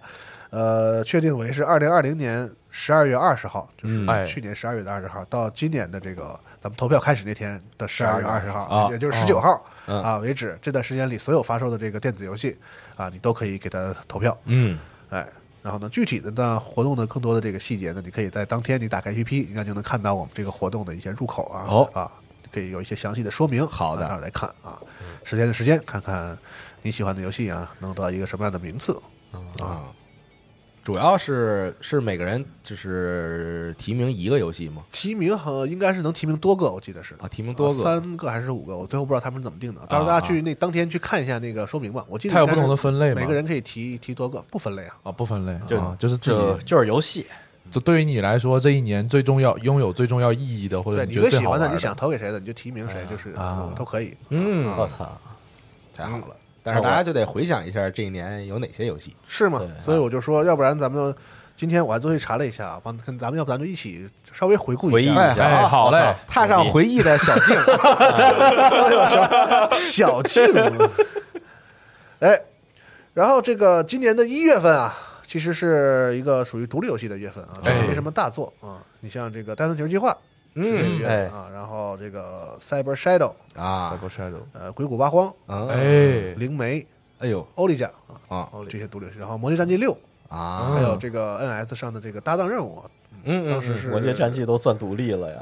呃，确定为是二零二零年十二月二十号，就是嗯哎去年十二月的二十号到今年的这个咱们投票开始那天的十12二月月二20十啊号，也就是十九号嗯啊为止，这段时间里所有发售的这个电子游戏啊，你都可以给它投票。嗯，哎，然后呢，具体的呢活动的更多的这个细节呢，你可以在当天你打开 APP，应该就能看到我们这个活动的一些入口啊，哦啊，可以有一些详细的说明。好的大家来看啊，十天的时间，看看你喜欢的游戏啊，能得到一个什么样的名次。啊，主要是是每个人就是提名一个游戏吗？提名和应该是能提名多个，我记得是啊，提名多个，三个还是五个，我最后不知道他们怎么定的。到时候大家去那当天去看一下那个说明吧。我记得它有应该不是同的分类吗每个人可以提提多个，不分类啊。啊，不分类，就啊就是自就己，就是游戏，就对于你来说，这一年最重要、拥有最重要意义的，或者对你觉得最最喜好欢玩的，你想投给谁的，你就提名谁，就是啊都可以。嗯，我操，太好了。但是大家就得回想一下这一年有哪些游戏，是吗对？所以我就说，要不然咱们今天我还特意查了一下啊，帮跟咱们要不咱就一起稍微回顾回一忆下，一哎下，哎好我操嘞踏上回忆的小 径。小庆。哎，然后这个今年的一月份啊，其实是一个属于独立游戏的月份啊，就是没什么大作啊。你像这个《单森球计划》是这个月份啊，然后这个《Cyber Shadow》啊啊， ，Cyber Shadow，呃，《鬼谷八荒》嗯，哎，灵媒、哎呦欧丽酱啊啊这些独立游戏，然后《魔界战记六》啊，哎还有这个 NS 上的这个搭档任务啊，嗯，当时是魔界战记都算独立了呀。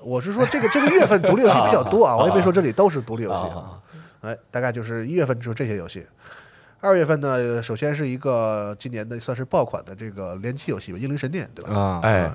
我是说这个这个月份独立游戏比较多啊，我也没说这里都是独立游戏啊啊。哎，大概就是一月份就是这些游戏。二月份呢，首先是一个今年的算是爆款的这个联机游戏吧，《英灵神殿》，对吧？啊，哎，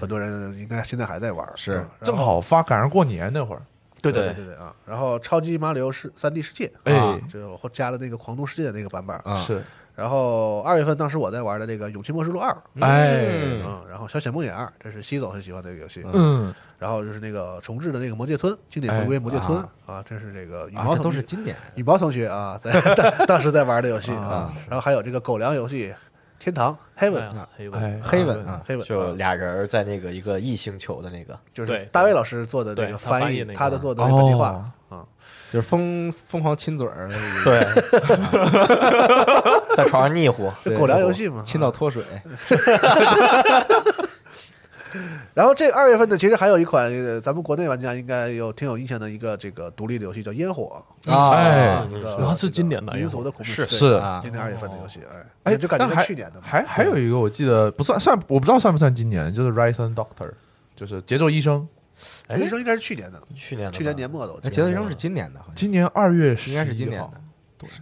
很多人应该现在还在玩儿，是嗯然后正好发赶上过年那会儿，对对对对对啊。然后《超级马里奥是三 D 世界》，哎啊，这我加了那个《狂徒世界》的那个版本，啊是然后二月份当时我在玩的这个《勇气末世录二》，哎，嗯，然后《小雪梦魇二》，这是西总很喜欢的一个游戏。嗯，然后就是那个重置的那个《魔界村》，经典回归《魔界村》啊，这是这个羽啊，毛这同都是经典哎羽毛同学啊，在当当时在玩的游戏啊。然后还有这个狗粮游戏《天堂 Heaven 哎》呀黑哎文，黑文啊， Heaven，就啊俩人儿在那个一个异星球的那个，就是对大卫老师做的这对个他翻翻译译那，个他的做的那个本地哦化啊。就是疯疯狂亲嘴儿，对，在床上腻乎，这狗粮游戏嘛亲到脱水，然后这二月份呢，其实还有一款呃咱们国内玩家应该有挺有印象的一个这个独立的游戏叫《烟火》啊哎，一个，啊是今年的民俗的恐怖是对是啊今年二月份的游戏，哎，哎，就感觉但跟还去年的嘛还还有一个，我记得不算算，我不知道算不算今年，就是 Ryzen Doctor，就是节奏医生，哎医生应该是去年的，去年的吧去年年末的，我哎记节得奏扔是今年的，好像今年二月11应该是今年的号。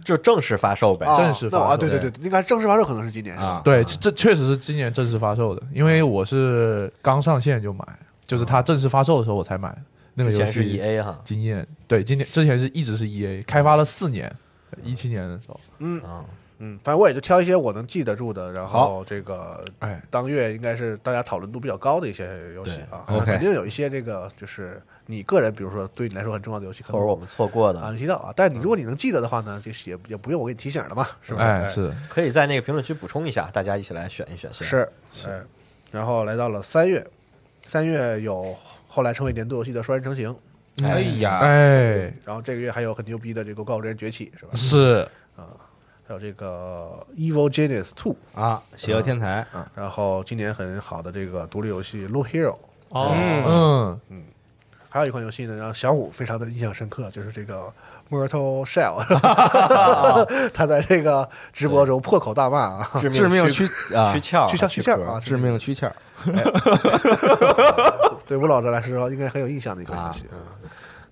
就正式发售呗。啊正式那我啊，发售对对对，应该正式发售可能是今年是吧啊？对，这这确实是今年正式发售的，因为我是刚上线就买，就是它正式发售的时候我才买那个啊之游前是戏。嗯 E A 哈，经验对，今年之前是一直是 E A 开发了四年，一七年的时候，嗯，反正我也就挑一些我能记得住的，然后这个哎，当月应该是大家讨论度比较高的一些游戏啊。对那 OK 肯定有一些这个就是你个人，比如说对你来说很重要的游戏，可或能者我们错过啊的，没提到啊。但是你如果你能记得的话呢，就是也也不用我给你提醒了嘛，是不是？哎，是可以在那个评论区补充一下，大家一起来选一选先。是，哎，然后来到了三月，三月有后来成为年度游戏的《双人成行》，哎呀，哎然后这个月还有很牛逼的这个《怪物猎人崛起》，是吧？是还有这个《Evil Genius Two》，啊，邪恶天才啊，然后今年很好的这个独立游戏《Loop Hero》，哦，嗯还有一款游戏呢，让小五非常的印象深刻，就是这个 Mortal Shell，他 在这个直播中破口大骂啊，致命躯躯啊躯壳，躯壳躯壳壳啊，致命躯壳儿，对吴老师来说应该很有印象的一款游戏啊。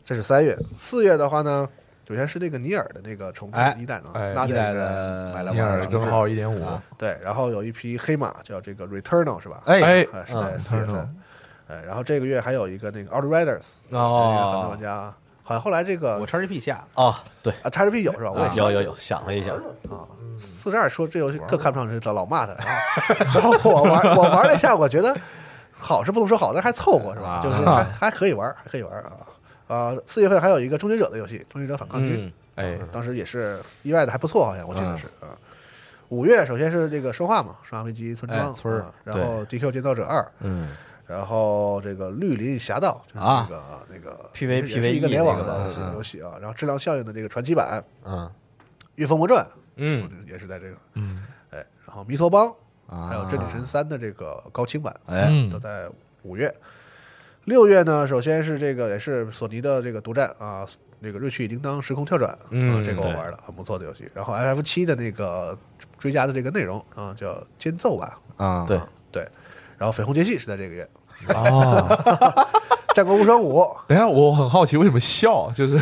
这是三月，四月的话呢，首先是那个尼尔的那个重置哎一代啊，哎那一代的买来尼玩尔了，根号一点五，啊对，然后有一匹黑马叫这个 Returnal 是吧？哎哎哎，是在嗯四月份 Returnal。哎，然后这个月还有一个那个 Outriders，哎很多哦玩，家好像后来这个我叉 GP 下哦，对，啊 XGP 有是吧？我也啊有有有，想了一下，嗯四十二说这游戏特看不上人，老老骂他，然后然后我玩我玩了一下，我觉得好是不能说好，但是还凑合是吧？啊就是还还可以玩，还可以玩啊啊！四月份还有一个终结者的游戏，终结者反抗军啊嗯，，哎当时也是意外的还不错，好像我记得是啊。五月首先是这个生化嘛，生化危机村庄哎村儿啊然后 DQ 建造者二，嗯，然后这个绿林侠盗就是啊那个啊那个 PV 也是一个 PVE 联网那个的吧游戏啊，然后质量效应的这个传奇版嗯， 《御风魔传》嗯也是在这个嗯哎，然后弥陀邦啊，还有《真理神三》的这个高清版，哎，嗯都在五月。六月呢，首先是这个也是索尼的这个独占啊，那个《瑞奇与叮当：时空跳转》啊嗯，这个我玩了，很不错的游戏。然后 FF 七的那个追加的这个内容啊，叫间奏吧，啊，对，对。然后《绯红杰系》是在这个月，啊， 《战国无双五》等一下，我很好奇为什么笑，就是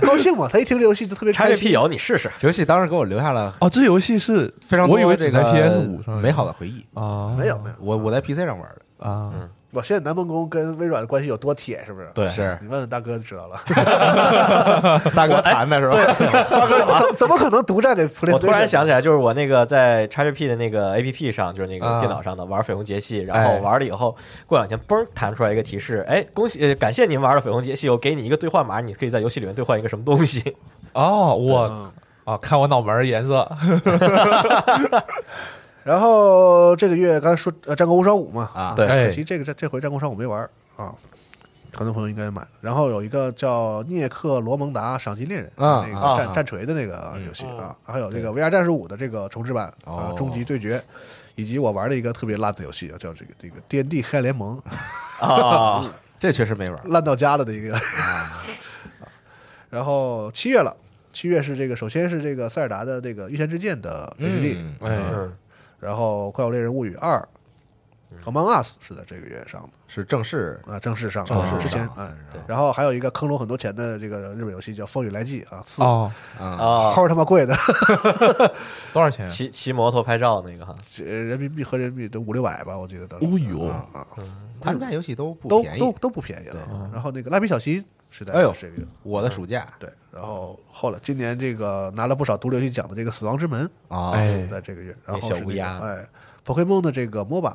他高兴嘛，他一听这游戏就特别拆开这屁哦心。友你试试，游戏当时给我留下了哦，这游戏是非常多我以为这只个在 PS 五上有美好的回忆，啊，没有没有，我我在 PC 上玩的，啊，我现在南梦宫跟微软的关系有多铁，是不是？对 是你问问大哥就知道了。大哥谈的是吧？大哥怎怎么可能独占给 PlayStation？我突然想起来，就是我那个在 XGP 的那个 APP 上，就是那个啊电脑上的玩《绯红杰系》，哎然后玩了以后，过两天嘣弹出来一个提示，哎，恭喜，呃感谢您玩了《绯红杰系》，我给你一个兑换码，你可以在游戏里面兑换一个什么东西。哦，我嗯啊，看我脑门儿颜色，然后这个月刚才说呃《战国无双五》嘛，啊，对 哎可惜这个这这回《战国无双五》没玩儿啊，很多朋友应该买了。然后有一个叫《涅克罗蒙达赏金猎人》啊那啊个战啊战锤的那个啊游戏啊，还有这个《VR 战士五》的这个重置版啊，哦《终极对决》，以及我玩的一个特别烂的游戏啊，叫这个这个《D N D 黑暗联盟》，啊，这确实没 玩，烂到家了的一个。 然后七月了，七月是这个，首先是这个塞尔达的这个《御天之剑》的 HD，、嗯哎，嗯，然后《怪物猎人物语二》Among Us 是在这个月上的是正式啊，正式上，正式上之前哎，然后还有一个坑了我很多钱的这个日本游戏叫《风雨来记》啊，四哦，啊，啊，齁他妈贵的， 多少 钱？啊骑骑摩托拍照那个哈，这人民币合人民币都五六百吧，我记得当时哦呦，他们家游戏都不都便宜都都不便宜了。然后那个蜡笔小新是在哎呦这个我的暑假对，然后后来今年这个拿了不少独立游戏奖的这个《死亡之门》啊哎在这个月，然后小是那个乌鸦哎，Pokemon 的这个 MOBA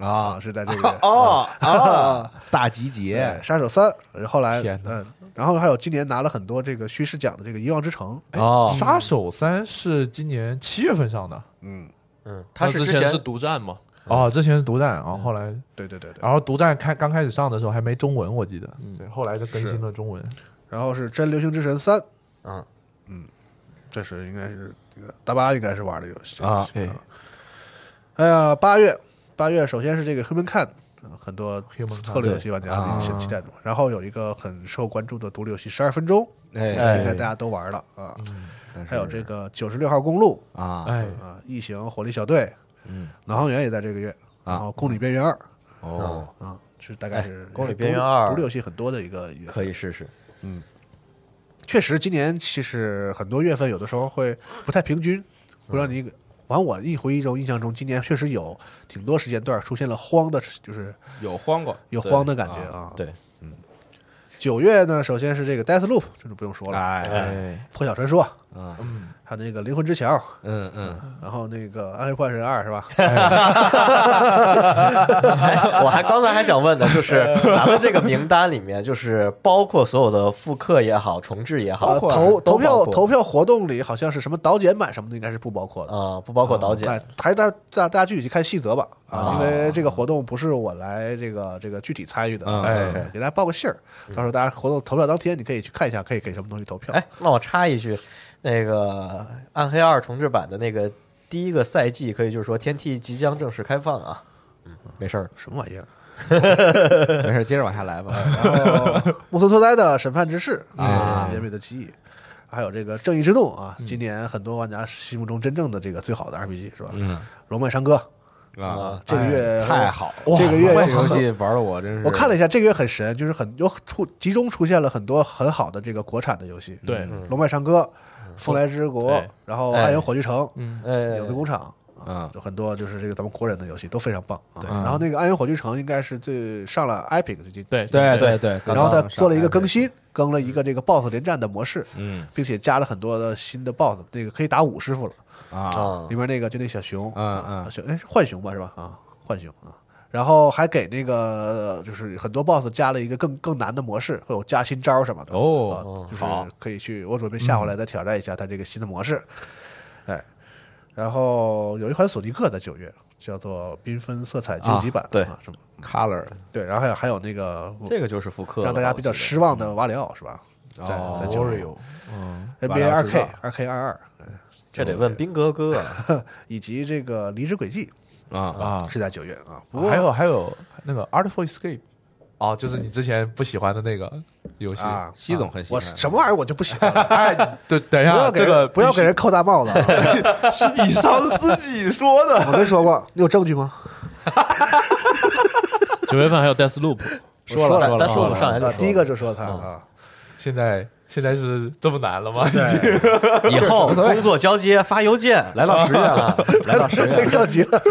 啊是在这个月， 哦啊，大集结对，杀手三，后来天哪嗯，然后还有今年拿了很多这个叙事奖的这个《遗忘之城》，哎哦杀手三是今年七月份上的嗯，嗯，他是之之前前是独占嘛，哦，之前是独占，然后后来，对对对啊对，然后独占开刚开始上的时候还没中文，我记得，对，后来就更新了中文。然后是《真流行之神三》，啊嗯这是应该是这个大巴应该是玩的游戏啊，这个游戏哎呀，八月八月首先是这个 Human Can。啊很多 Humankind，策略游戏玩家对啊很期待的嘛，然后有一个很受关注的独立游戏《十二分钟》，哎，嗯应该大哎家都玩了啊。但是还有这个九十六号公路啊，哎，啊，异形火力小队，嗯，南航员也在这个月，啊然后公里边缘二哦，啊，是大概是哎公里边缘二独立游戏很多的一个月。可以试试，确实，今年其实很多月份有的时候会不太平均，会让嗯你往我一回忆中印象中，今年确实有挺多时间段出现了慌的，就是有慌过有慌的感觉啊。对，九月呢，首先是这个 Death Loop，这就不用说了，哎，哎，破晓传说，啊嗯还有那个灵魂之桥，嗯嗯，然后那个暗黑破坏神二是吧？ 我还刚才还想问呢，就是咱们这个名单里面，就是包括所有的复刻也好，重置也好呃，投投票投票票活动里好像是什么导剪版什么的，应该是不包括的。啊，不包括导剪哎，还是大大大家具体去看细则吧啊，啊因为这个活动不是我来这个这个具体参与的，嗯哎，OK 给大家报个信儿，到时候大家活动投票当天你可以去看一下，可以给什么东西投票。哎，那我插一句，那个《暗黑二》重置版的那个第一个赛季，可以就是说天梯即将正式开放啊。嗯，没事儿，什么玩意儿？ 没事，接着往下来吧。然后木村拓哉的《审判之誓》啊严美的记忆，还有这个《正义之怒》啊，今年很多玩家心目中真正的这个最好的 RPG 是吧？嗯龙脉山歌哎啊，这个月哦太好了，这个月这这个游戏玩的我真嗯是，我看了一下，这个月很神，就是很有出集中出现了很多很好的这个国产的游戏，对，嗯《龙脉山歌》《风来之国》哎然后《哎暗影火炬城》嗯，呃影子，工厂》嗯啊，有很多就是这个咱们国人的游戏都非常棒啊。对然后那个《暗影火炬城》应该是最上了 Epic 最近，对对对，对，然后他做了一个更，新，更了一个这个 BOSS 连战的模式，嗯并且加了很多的新的 BOSS，那个可以打武师傅了。啊，啊里，面那个就那小熊，嗯啊嗯小哎是浣熊吧是吧？啊，浣熊啊，然后还给那个呃就是很多 BOSS 加了一个更更难的模式，会有加新招什么的哦啊就是好可以去，我准备下回来再挑战一下它这个新的模式，哎，然后有一款索尼克在九月叫做缤纷色彩究极版，对啊什么 Color 对，然后还有还有那个这个就是复刻了，让大家比较我记得失望的瓦里奥是吧？在在九月 Oreo，嗯，瓦里 NBA 奥二制 K 造二 K 二二哎这得问兵哥哥 啊。以及这个离职轨迹啊啊，是在九月啊，不过还有还有那个 Artful Escape，哦，就是你之前不喜欢的那个游戏。啊，嗯西总很喜我欢什么玩意儿我就不喜欢了，哎，对，等一不下，要给这人个不要给人扣大帽子啊。必须是你上次自己说的。我没说过，你有证据吗？九月份还有 Death Loop，说说了了咱咱说了上来就说啊了嗯第一个就说他啊，现在现在是这么难了吗？对， 以后工作交接发邮件，来到十月 了，来到十太着急了。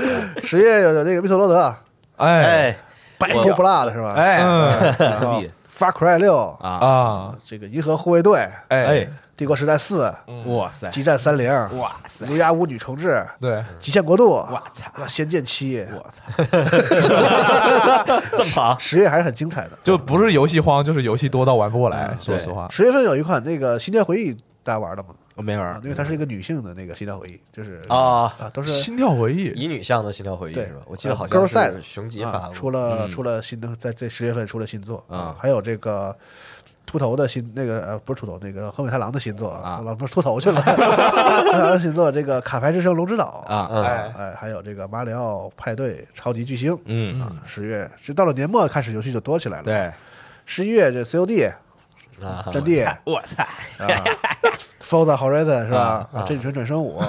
十月有有那个密特罗德，啊哎哎，白头不辣的是吧？哎 然后嗯，Far Cry 六，啊，啊，这个银河护卫队，哎哎，，帝国时代四，嗯哇塞，激战三零，哇塞，儒雅舞女重置，对，极限国度，我操，啊仙剑七，我操， 这么 长，十月还是很精彩的。就不是游戏荒，就是游戏多到玩不过嗯来。说实啊话，十月份有一款那个《心电回忆》，大家玩了吗？我没啊玩，因为它是一个女性的那个《心电回忆》，就是啊啊，都是心跳回忆乙女向的心跳回忆对是吧？我记得呃好歌像赛是熊吉发啊布出了嗯出了新的，在这十月份出了新作啊还有这个秃头的新那个呃不是秃头那个横尾太郎的新作啊老不是秃头去了，横尾太 郎的新作这个卡牌之声龙之岛啊嗯哎哎还有这个马里奥派对超级巨星。啊嗯，十月，这到了年末开始游戏就多起来了。，对，十一月这 COD 啊，真 谛我操，啊，Forza Horizon 是吧？啊，真女神转生五，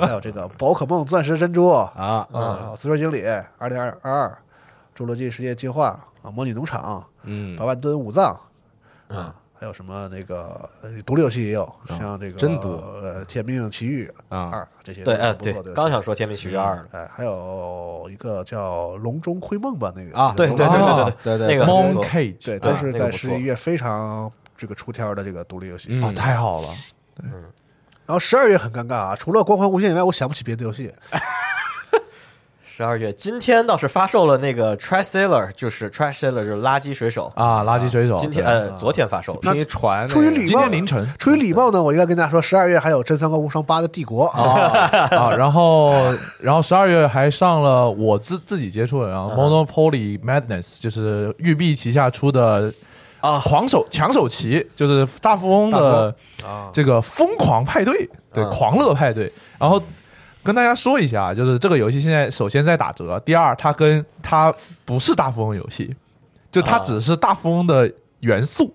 还有这个宝可梦钻石珍 珠啊，嗯啊，《足球经理》二零二二，《侏罗纪世界进化》啊，《模拟农场》嗯百，万吨武藏嗯啊，还有什么那个呃独立游戏也有，像这个真多呃，《天命奇遇啊二》这些对，都是哎，不对错的，游戏刚想说《天命奇遇二》呢，哎，还有一个叫《笼中窥梦》吧，那个啊，对对对对对对对，那个，Mon 没错 Cage，对，啊都是那个在不十错嗯一月非常这个出挑的这个独立游戏。啊，太好了，然后十二月很尴尬啊，除了《光环无限》以外，我想不起别的游戏。十二月今天倒是发售了那个 Trash Sailor，就是 Trash Sailor 就是垃圾水手。啊！垃圾水手，今天呃，昨天发售的，拼一哎船出于礼今貌天呢，凌晨出于礼貌呢，我应该跟大家说，十二月还有《真三国无双八》的帝国啊， 啊，然后然后十二月还上了我自自己接触的，然后 Monopoly Madness 就是育碧旗下出的啊狂手抢手棋，就是大富翁啊嗯的这个疯狂派对，对啊狂乐派对。然后跟大家说一下，啊就是这个游戏现在首先在打折，第二它跟它不是大富翁游戏，就它啊只是大富翁的元素，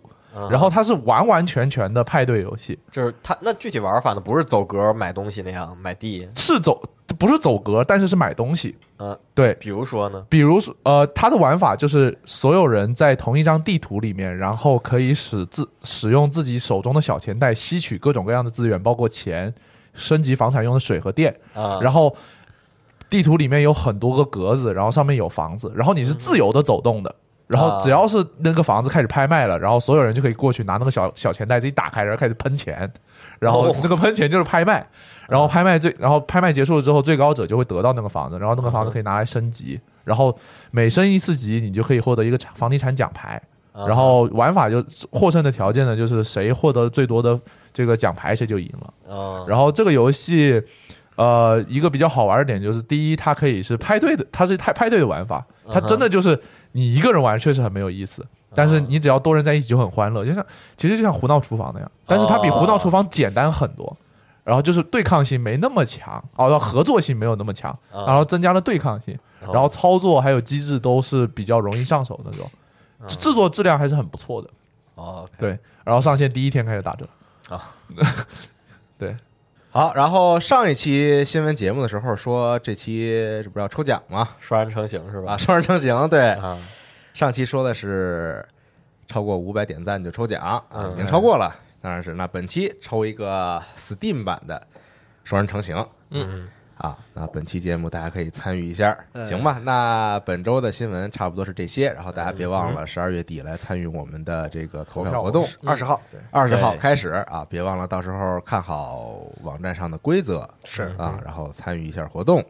然后它是完完全全的派对游戏。就是它那具体玩法呢，不是走格买东西那样买地，是走不是走格，但是是买东西。嗯，对，比如说呢，比如说呃，它的玩法就是所有人在同一张地图里面，然后可以使自使用自己手中的小钱袋吸取各种各样的资源，包括钱、升级房产用的水和电，啊，然后。地图里面有很多个格子，然后上面有房子，然后你是自由的走动的，然后只要是那个房子开始拍卖了，然后所有人就可以过去拿那个小小钱袋自己打开，然后开始喷钱，然后哦那个喷钱就是拍卖，然后拍卖最，然后拍卖结束了之后，最高者就会得到那个房子，然后那个房子可以拿来升级，然后每升一次级，你就可以获得一个产房地产奖牌。然后玩法就获胜的条件呢，就是谁获得最多的这个奖牌，谁就赢了。嗯，然后这个游戏，呃，一个比较好玩的点就是，第一，它可以是派对的，它是派派对的玩法，它真的就是你一个人玩确实很没有意思，但啊是你只要多人在一起就很欢乐，就像其实就像胡闹厨房那啊样，但是它比胡闹厨房简单很多。然后就是对抗性没那么强，哦，合作性没有那么强，啊然后增加了对抗性，然后然后操作还有机制都是比较容易上手的那种，啊制作质量还是很不错的。哦，对，然后上线第一天开始打折，好，然后上一期新闻节目的时候说这期这不是要抽奖吗？刷人成型是吧啊，？双人成型，对，啊，上期说的是超过五百点赞就抽奖啊嗯，已经超过了，当然是。那本期抽一个 Steam 版的双人成型，嗯，啊，那本期节目大家可以参与一下，哎行吧？那本周的新闻差不多是这些，然后大家别忘了十二月底来参与我们的这个投票活动，二十号二十号对开始啊，别忘了到时候看好网站上的规则是啊，然后参与一下活动。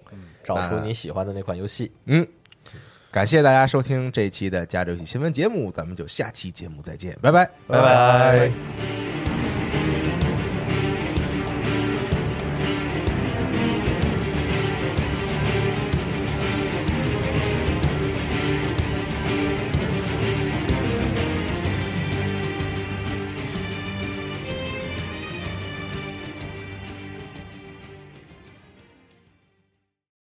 找出你喜欢的那款游戏，嗯，感谢大家收听这一期的《加州游戏新闻》节目，咱们就下期节目再见，拜拜。拜拜。对